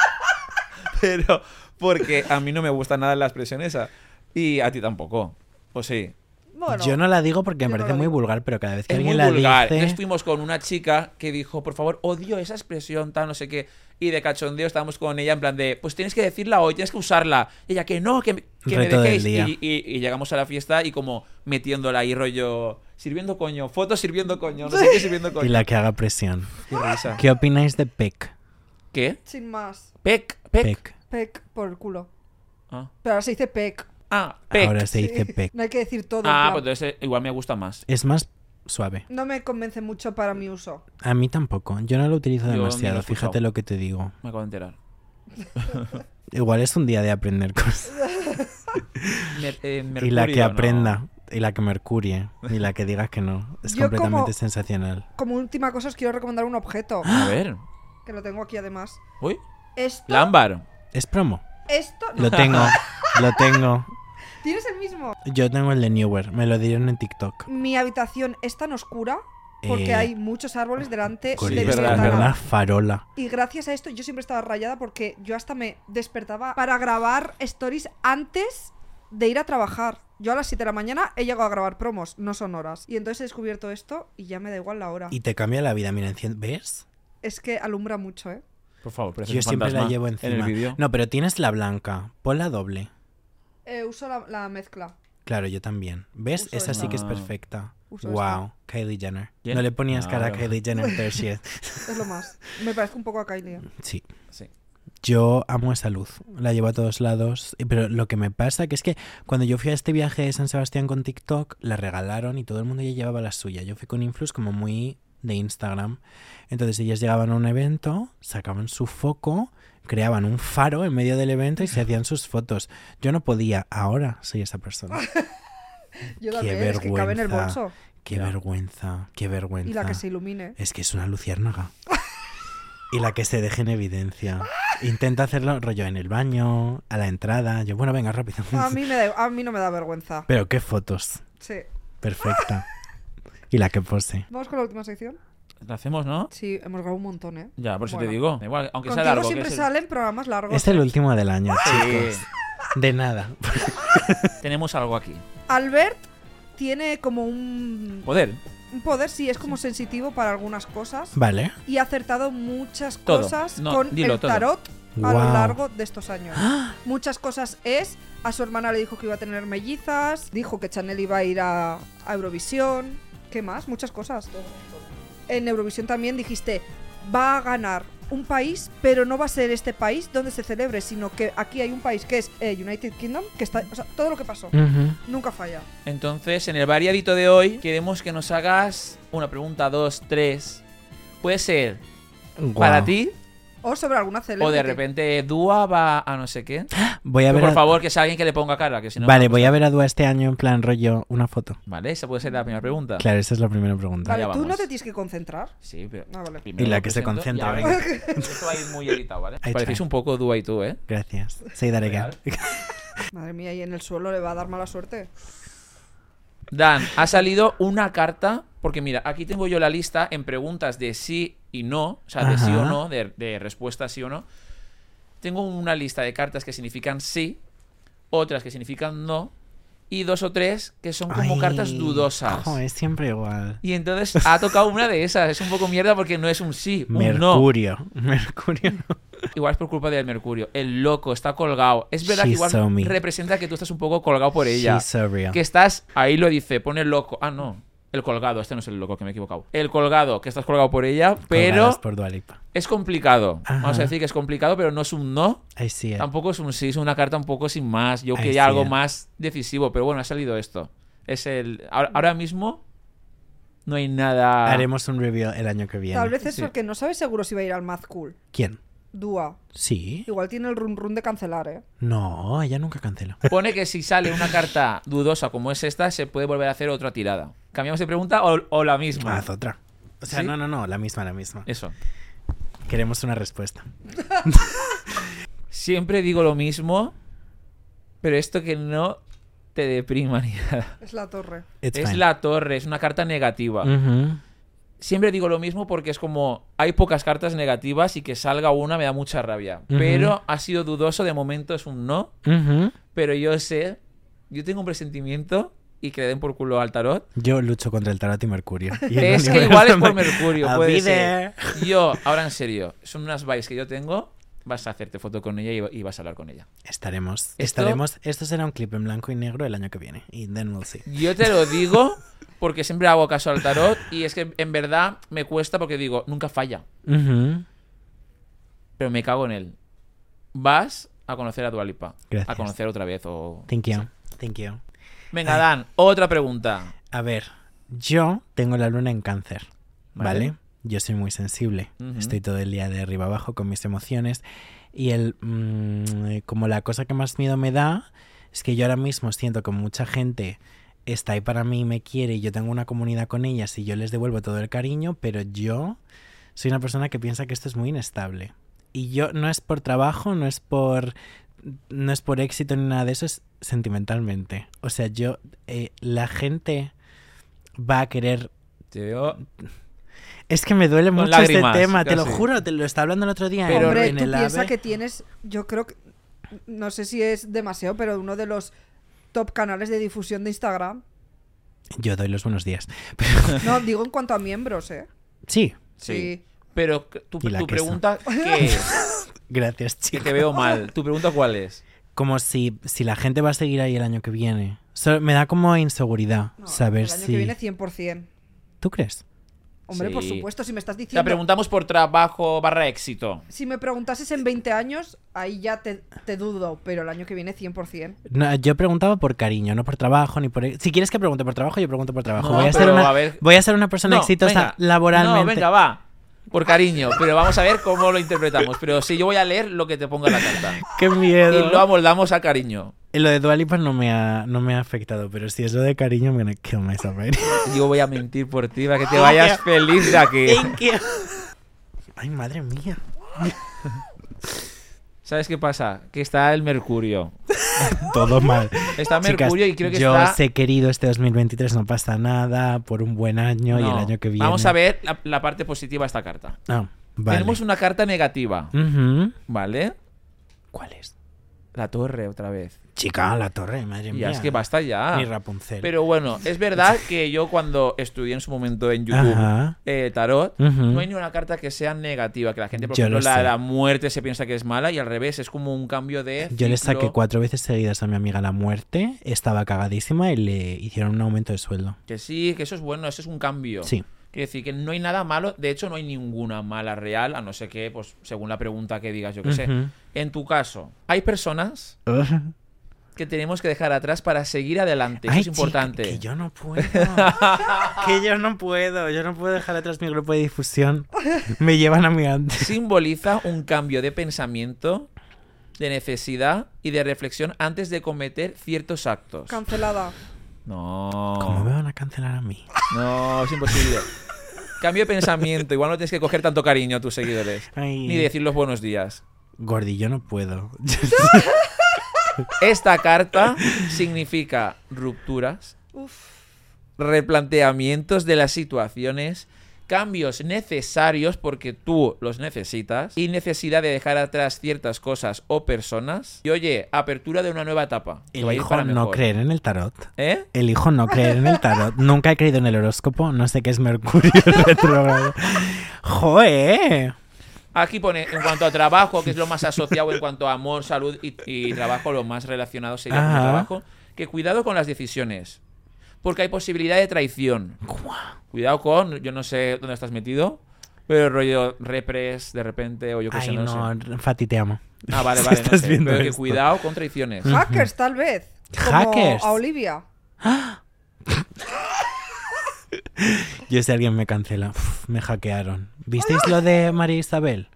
C: Pero, porque a mí no me gusta nada la expresión esa. Y a ti tampoco. O sí.
B: Bueno.
D: yo no la digo porque me
B: yo no
D: parece
B: la
D: muy
B: digo.
D: vulgar, pero cada vez que
C: Es muy
D: alguien la
C: vulgar.
D: dice...
C: Entonces Estuvimos con una chica que dijo, por favor, odio esa expresión, tal, no sé qué. Y de cachondeo estábamos con ella en plan de, pues tienes que decirla hoy, tienes que usarla. Y ella, que no, que, me- que me
D: Reto del
C: dejéis.
D: día.
C: Y, y- y llegamos a la fiesta y como metiéndola ahí rollo, sirviendo coño, fotos sirviendo coño, no sé qué sirviendo
D: Y
C: coño.
D: la que haga presión.
C: Qué risa.
D: ¿Qué opináis de PEC?
C: ¿Qué?
B: Sin más.
C: Pec, pec.
D: PEC.
B: Peck por el culo.
C: Ah,
B: Pero ahora se dice peck.
C: Ah, pec.
D: Ahora se dice
B: Sí.
D: PEC.
B: No hay que decir todo. en
C: Ah,
B: plan.
C: pues entonces eh, igual me gusta más.
D: Es más suave.
B: No me convence mucho para mi uso.
D: A mí tampoco. Yo no lo utilizo
C: Yo ni lo he
D: demasiado,
C: escuchado.
D: fíjate lo que te digo.
C: Me acabo de enterar.
D: Igual es un día de aprender cosas.
C: Mer- eh,
D: y la que
C: Mercurio, no.
D: aprenda. Y la que mercurie. Y la que diga que no. Es
B: Yo
D: completamente
B: como-
D: sensacional.
B: Como última cosa os quiero recomendar un objeto.
C: A ver.
B: Que lo tengo aquí además.
C: Uy.
B: Esto.
C: Lámbar.
D: Es promo.
B: Esto.
D: Lo tengo. lo tengo.
B: ¿Tienes el mismo?
D: Yo tengo el de Newer, me lo dieron en TikTok.
B: Mi habitación es tan oscura porque
D: Eh,
B: hay muchos árboles delante
D: Con
C: Sí,
B: de mi
C: es verdad, es
B: ventana.
D: una farola.
B: Y gracias a esto yo siempre estaba rayada porque yo hasta me despertaba para grabar stories antes de ir a trabajar. Yo a las 7 de la mañana he llegado a grabar promos, no son horas. Y entonces he descubierto esto y ya me da igual la hora.
D: Y te cambia la vida, mira, encien- ¿ves?
B: Es que alumbra mucho, ¿eh?
C: Por favor, parece
D: Yo
C: un
D: siempre la
C: fantasma
D: llevo
C: En el
D: encima.
C: vídeo.
D: no, pero tienes la blanca, pon la doble.
B: Eh, uso la, la mezcla.
D: Claro, yo también. ¿Ves?
B: Uso
D: Esa sí que es
C: esta.
D: perfecta.
B: Uso
D: wow, Kylie Jenner.
C: ¿Quién?
D: No le ponías cara a
C: Claro.
D: Kylie Jenner, there she is.
B: Es lo más. Me parece un poco a Kylie. ¿eh?
D: Sí.
C: Sí.
D: Yo amo esa luz, la llevo a todos lados, y- pero lo que me pasa que es que cuando yo fui a este viaje de San Sebastián con TikTok, la regalaron y todo el mundo ya llevaba la suya. Yo fui con influx como muy de Instagram. Entonces ellas llegaban a un evento, sacaban su foco, creaban un faro en medio del evento y se hacían sus fotos. Yo no podía, ahora soy esa persona.
B: Yo
D: Qué
B: también, es que cabe en el
D: vergüenza.
B: bolso.
D: Qué
C: Ya.
D: vergüenza, qué vergüenza.
B: Y la que se ilumine.
D: Es que es una luciérnaga. Y la que se deje en evidencia. Intenta hacerlo rollo en el baño, a la entrada. Yo, bueno, venga, rápido.
B: A mí, me da, a mí no me da vergüenza.
D: Pero qué fotos.
B: Sí.
D: Perfecta. Y la que pose.
B: ¿Vamos con la última sección?
C: ¿La hacemos, no?
B: Sí, hemos grabado un montón, ¿eh?
C: Ya, por eso
B: Bueno.
C: te digo. Da Igual, aunque sea
B: Contigo
C: largo. que
B: siempre
C: es el- Este-
B: salen programas largos.
D: Es el último del año, chicos.
C: Sí.
D: De nada.
C: Tenemos algo aquí.
B: Albert tiene como un,
C: Poder.
B: un poder, sí, es como sensitivo para algunas cosas.
D: Vale.
B: Y ha acertado muchas
C: Todo.
B: cosas
C: No,
B: con
C: dilo
B: el
C: todo.
B: tarot a lo
D: Guau.
B: largo de estos años. Muchas cosas es, a su hermana le dijo que iba a tener mellizas, dijo que Chanel iba a ir a, a Eurovisión, ¿qué más? Muchas cosas. En Eurovisión también dijiste, va a ganar un país, pero no va a ser este país donde se celebre, sino que aquí hay un país que es eh, United Kingdom, que está... O sea, todo lo que pasó.
C: Mm.
D: Ujú.
B: Nunca falla.
C: Entonces, en el variadito de hoy, queremos que nos hagas una pregunta, dos, tres. Puede ser para
D: Guau.
C: ti
B: O sobre alguna celebrity.
C: o de repente Dúa va a no sé qué.
D: Voy a ver.
C: Por
D: a-
C: favor, que sea alguien que le ponga cara, que si no.
D: vale, voy a ver a Dua este año en plan rollo una foto.
C: Vale, esa puede ser la primera pregunta.
D: Claro, esa es la primera pregunta.
B: Vale,
C: Ya
B: tú no
C: vamos.
B: te tienes que concentrar.
C: Sí, pero.
B: Ah, vale.
C: primero
D: Y la
C: lo
D: que se
C: presento,
D: concentra,
C: y ahora-
D: venga.
C: Esto va a ir muy editado, ¿vale?
D: Ahí
C: Parecéis
D: está.
C: un poco Dúa y tú, ¿eh?
D: Gracias. Say that again.
B: Madre mía, y en el suelo le va a dar mala suerte.
C: Dan, ha salido una carta. Porque mira, aquí tengo yo la lista en preguntas de sí y no, o sea, de sí o
D: Ajá.
C: no, de, de respuesta sí o no. Tengo una lista de cartas que significan sí, otras que significan no, y dos o tres que son como
D: Ay,
C: cartas dudosas.
D: jo, es siempre igual.
C: Y entonces ha tocado una de esas. Es un poco mierda porque no es un sí, un
D: Mercurio. Mercurio.
C: no. Igual es por culpa del Mercurio. El loco está colgado. Es verdad
D: She
C: que
D: saw me.
C: igual representa que tú estás un poco colgado por ella.
D: She's so real.
C: Que estás, ahí lo dice, pone loco. Ah, no. El colgado, este no es el loco, que me he equivocado. El colgado, que estás colgado por ella,
D: Colgadas
C: pero
D: por Dua Lipa.
C: es complicado. Vamos
D: Ajá.
C: a decir que es complicado, pero no es un no.
D: I see it.
C: Tampoco es un sí, es una carta un poco sin más. Yo
D: Ahí
C: quería
D: sí,
C: algo
D: eh.
C: más decisivo, pero bueno, ha salido esto. Es el. Ahora, ahora mismo no hay nada.
D: Haremos un review el año que viene.
B: Tal vez es
C: Sí.
B: porque no sabes seguro si va a ir al Math Cool.
D: ¿Quién?
B: Dúa.
D: Sí.
B: Igual tiene el run run de cancelar, ¿eh?
D: No, ella nunca cancela.
C: Pone que si sale una carta dudosa como es esta, se puede volver a hacer otra tirada. ¿Cambiamos de pregunta o, o la misma?
D: Haz Ah, otra. O sea,
C: ¿Sí?
D: no, no, no, la misma, la misma.
C: Eso.
D: Queremos una respuesta.
C: Siempre digo lo mismo, pero esto que no te deprima ni nada.
B: Es la torre.
D: It's
C: es
D: fine. Mm.
C: la torre, es una carta negativa.
D: Ujú.
C: Siempre digo lo mismo porque es como hay pocas cartas negativas y que salga una me da mucha rabia.
D: Ujú.
C: Pero ha sido dudoso, de momento es un no,
D: Ujú.
C: pero yo sé, yo tengo un presentimiento y que le den por culo al tarot
D: Yo lucho contra el tarot y Mercurio. Y el
C: Es que
D: universo
C: igual es por
D: me-
C: Mercurio,
D: I'll
C: puede
D: be
C: ser.
D: there.
C: Yo, ahora en serio, son unas vibes que yo tengo. Vas a hacerte foto con ella y- y vas a hablar con ella.
D: Estaremos.
C: Esto-
D: Estaremos. Esto será un clip en blanco y negro el año que viene. Y then we'll see.
C: Yo te lo digo porque siempre hago caso al tarot y es que en verdad me cuesta porque digo, nunca falla,
D: Ujú.
C: pero me cago en él. Vas a conocer a Dualipa.
D: Gracias.
C: A conocer otra vez o...
D: Thank you. Thank you.
C: Venga, Dan, otra pregunta.
D: A ver, yo tengo la luna en cáncer, ¿vale?
C: Vale.
D: Yo soy muy sensible,
C: Ujú.
D: estoy todo el día de arriba abajo con mis emociones y el, mm, como la cosa que más miedo me da es que yo ahora mismo siento que mucha gente está ahí para mí y me quiere y yo tengo una comunidad con ellas y yo les devuelvo todo el cariño, pero yo soy una persona que piensa que esto es muy inestable. Y yo no es por trabajo, no es por no es por éxito ni nada de eso, es sentimentalmente. O sea, yo eh, la gente va a querer
C: Te veo.
D: Es que me duele
C: Con
D: mucho
C: lágrimas,
D: este tema, te lo
C: casi.
D: juro, te lo está hablando el otro día
C: Pero
D: en,
B: Hombre,
D: en
B: tú
D: el
B: piensa
D: AVE.
B: que tienes, yo creo que, no sé si es demasiado, pero uno de los top canales de difusión de Instagram.
D: Yo doy los buenos días.
B: No, digo en cuanto a miembros, ¿eh?
D: Sí,
B: Sí.
C: Pero c- tu,
D: Y la
C: tu
D: queso.
C: pregunta, ¿qué es?
D: gracias,
C: Que
D: chico.
C: te veo mal. ¿Tu pregunta cuál es?
D: Como si, si la gente va a seguir ahí el año que viene. So- me da como inseguridad
B: No,
D: saber
B: el año
D: si...
B: que viene 100%.
D: ¿Tú crees?
B: Hombre, por
C: Sí.
B: supuesto, si me estás
C: La
B: diciendo...
C: preguntamos por trabajo barra éxito.
B: Si me preguntases en 20 años, ahí ya te, te dudo, pero el año que viene 100%.
D: No, yo preguntaba por cariño, no por trabajo, ni por... e-, Si quieres que pregunte por trabajo, yo pregunto por trabajo.
C: No,
D: voy, a ser
C: pero
D: una,
C: a ver-
D: voy a ser una persona
C: No,
D: exitosa
C: venga.
D: laboralmente.
C: No, venga, va. Por cariño, pero vamos a ver cómo lo interpretamos. Pero sí, yo voy a leer lo que te ponga la carta.
D: ¡Qué miedo!
C: Y lo amoldamos a cariño.
D: Lo de Dualipa no me ha, no me ha afectado, pero si es lo de cariño, me gonna kill myself right now.
C: Yo voy a mentir por ti para que te vayas feliz de aquí.
D: Ay, madre mía.
C: ¿Sabes qué pasa? Que está el Mercurio.
D: Todo mal.
C: Está
D: Chicas,
C: Mercurio y creo que
D: yo
C: está...
D: os he querido este 2023, no pasa nada, por un buen año y
C: No.
D: el año que viene.
C: Vamos a ver la, la parte positiva de esta carta.
D: Ah, vale. Mm.
C: Tenemos una carta negativa,
D: Ujú.
C: ¿vale?
D: ¿Cuál es?
C: La torre otra vez.
D: Chica, la torre, madre
C: Ya
D: mía.
C: es que basta ya.
D: Ni Rapunzel.
C: Pero bueno, es verdad que yo cuando estudié en su momento en YouTube
D: Ajá.
C: eh, tarot,
D: Ujú.
C: no hay ni una carta que sea negativa, que la gente, por
D: Yo
C: ejemplo,
D: lo
C: la,
D: sé.
C: la muerte se piensa que es mala y al revés, es como un cambio de...
D: Yo le
C: ciclo.
D: saqué cuatro veces seguidas a mi amiga la muerte, estaba cagadísima y le hicieron un aumento de sueldo.
C: Que sí, que eso es bueno, eso es un cambio.
D: Sí.
C: Quiere decir que no hay nada malo, de hecho no hay ninguna mala real, a no ser que, pues, según la pregunta que digas, yo qué sé.
D: Ujú.
C: En tu caso, hay personas que tenemos que dejar atrás para seguir adelante. Eso
D: Ay,
C: es
D: chica,
C: importante.
D: que yo no puedo. que yo no puedo. Yo no puedo dejar atrás mi grupo de difusión. Me llevan a mi antes.
C: Simboliza un cambio de pensamiento, de necesidad y de reflexión antes de cometer ciertos actos.
B: Cancelada.
D: ¿Cómo me
C: No,
D: van a cancelar a mí?
C: no, es imposible. Cambio de pensamiento, igual no tienes que coger tanto cariño a tus seguidores.
D: Ay.
C: Ni decir los buenos días.
D: Gordi, yo no puedo.
C: Esta carta significa rupturas,
B: Uf.
C: replanteamientos de las situaciones, cambios necesarios porque tú los necesitas y necesidad de dejar atrás ciertas cosas o personas. Y oye, apertura de una nueva etapa. que
D: El
C: va a ir
D: hijo
C: para
D: no
C: mejor.
D: creer en el tarot.
C: ¿Eh?
D: El hijo no creer en el tarot. Nunca he creído en el horóscopo. No sé qué es Mercurio retrógrado. ¡Joe!
C: Aquí pone, en cuanto a trabajo, que es lo más asociado en cuanto a amor, salud y, y trabajo, lo más relacionado sería con el
D: Ajá.
C: trabajo, que cuidado con las decisiones, porque hay posibilidad de traición. Cuidado con, yo no sé dónde estás metido, pero rollo repres de repente o yo qué sé,
D: Ay,
C: no, sé.
D: no, Fati, te amo.
C: Ah, vale,
D: Si
C: vale, no
D: estás
C: sé.
D: viendo
C: Pero que
D: esto. Mm.
C: cuidado con traiciones.
B: Hackers, tal vez. Como
D: Hackers.
B: A Olivia.
D: Yo si alguien me cancela, uf, me hackearon. ¿Visteis lo de María Isabel?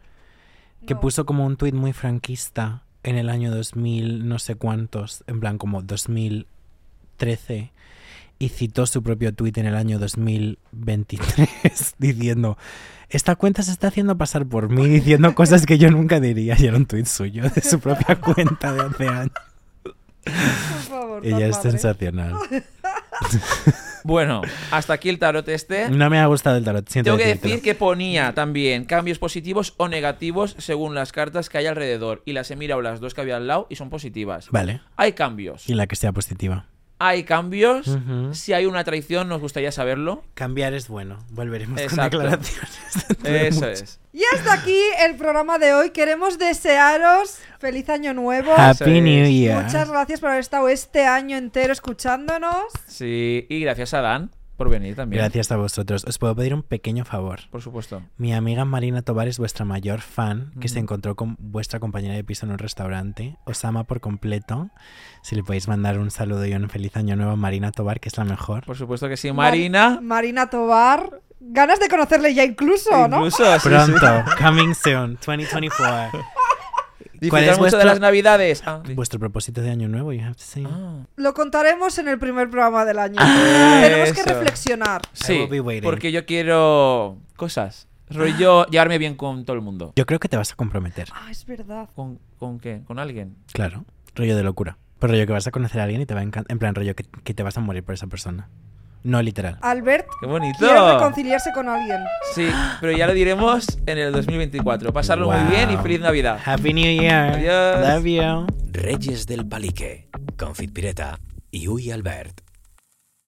D: Que
B: No.
D: puso como un tuit muy franquista en el año 2000, no sé cuántos, en plan como 2013, y citó su propio tuit en el año 2023 diciendo, esta cuenta se está haciendo pasar por mí diciendo cosas que yo nunca diría, y era un tuit suyo, de su propia cuenta de hace años.
B: Por favor, ¿eh? tan
D: Ella es
B: madre.
D: sensacional.
C: Bueno, hasta aquí el tarot este.
D: No me ha gustado el tarot, siento
C: Tengo que
D: decírtelo.
C: decir que ponía también cambios positivos o negativos según las cartas que hay alrededor. Y las he mirado las dos que había al lado y son positivas.
D: Vale,
C: Hay cambios.
D: y la que sea positiva.
C: Hay cambios.
D: Ujú.
C: Si hay una traición, nos gustaría saberlo.
D: Cambiar es bueno. Volveremos
C: Exacto.
D: con declaraciones. dentro de
C: Eso
D: mucho.
C: es.
B: Y hasta aquí el programa de hoy. Queremos desearos feliz año nuevo.
C: Eso
D: Happy
C: es.
D: New Year.
B: Muchas gracias por haber estado este año entero escuchándonos.
C: Sí, y gracias a Dan por venir también.
D: Gracias a vosotros. Os puedo pedir un pequeño favor.
C: Por supuesto.
D: Mi amiga Marina Tobar es vuestra mayor fan, que se
C: Ujú.
D: encontró con vuestra compañera de piso en un restaurante. Os ama por completo. Si le podéis mandar un saludo y un feliz año nuevo a Marina Tobar, que es la mejor.
C: Por supuesto que sí.
B: Mar-
C: Marina.
B: Marina Tobar. Ganas de conocerle ya incluso, ¿no?
C: Incluso, Ah, sí, sí.
D: Pronto, coming soon, 2024.
C: Disfrutar mucho
D: vuestro-
C: de las navidades. Ah, di-
D: Vuestro propósito de año nuevo, you have to say.
C: ah.
B: Lo contaremos en el primer programa del año. Tenemos que
C: eso.
B: reflexionar.
C: Sí,
D: will be waiting.
C: porque yo quiero cosas. Rollo llevarme bien con todo el mundo.
D: Yo creo que te vas a comprometer.
B: Ah, es verdad.
C: ¿Con, con qué? ¿Con alguien?
D: Claro, rollo de locura. Pero rollo que vas a conocer a alguien y te va a encantar. En plan, rollo que, que te vas a morir por esa persona. No
C: Ah,
D: literal.
B: Albert
C: ¡Qué bonito!
B: quiere reconciliarse con alguien.
C: Sí, pero ya lo diremos en el 2024. Pasarlo
D: Wow.
C: muy bien y feliz Navidad.
D: Happy New Year.
C: Adiós.
D: Love you.
A: Reyes del Palique, Confit Pireta y Uy Albert.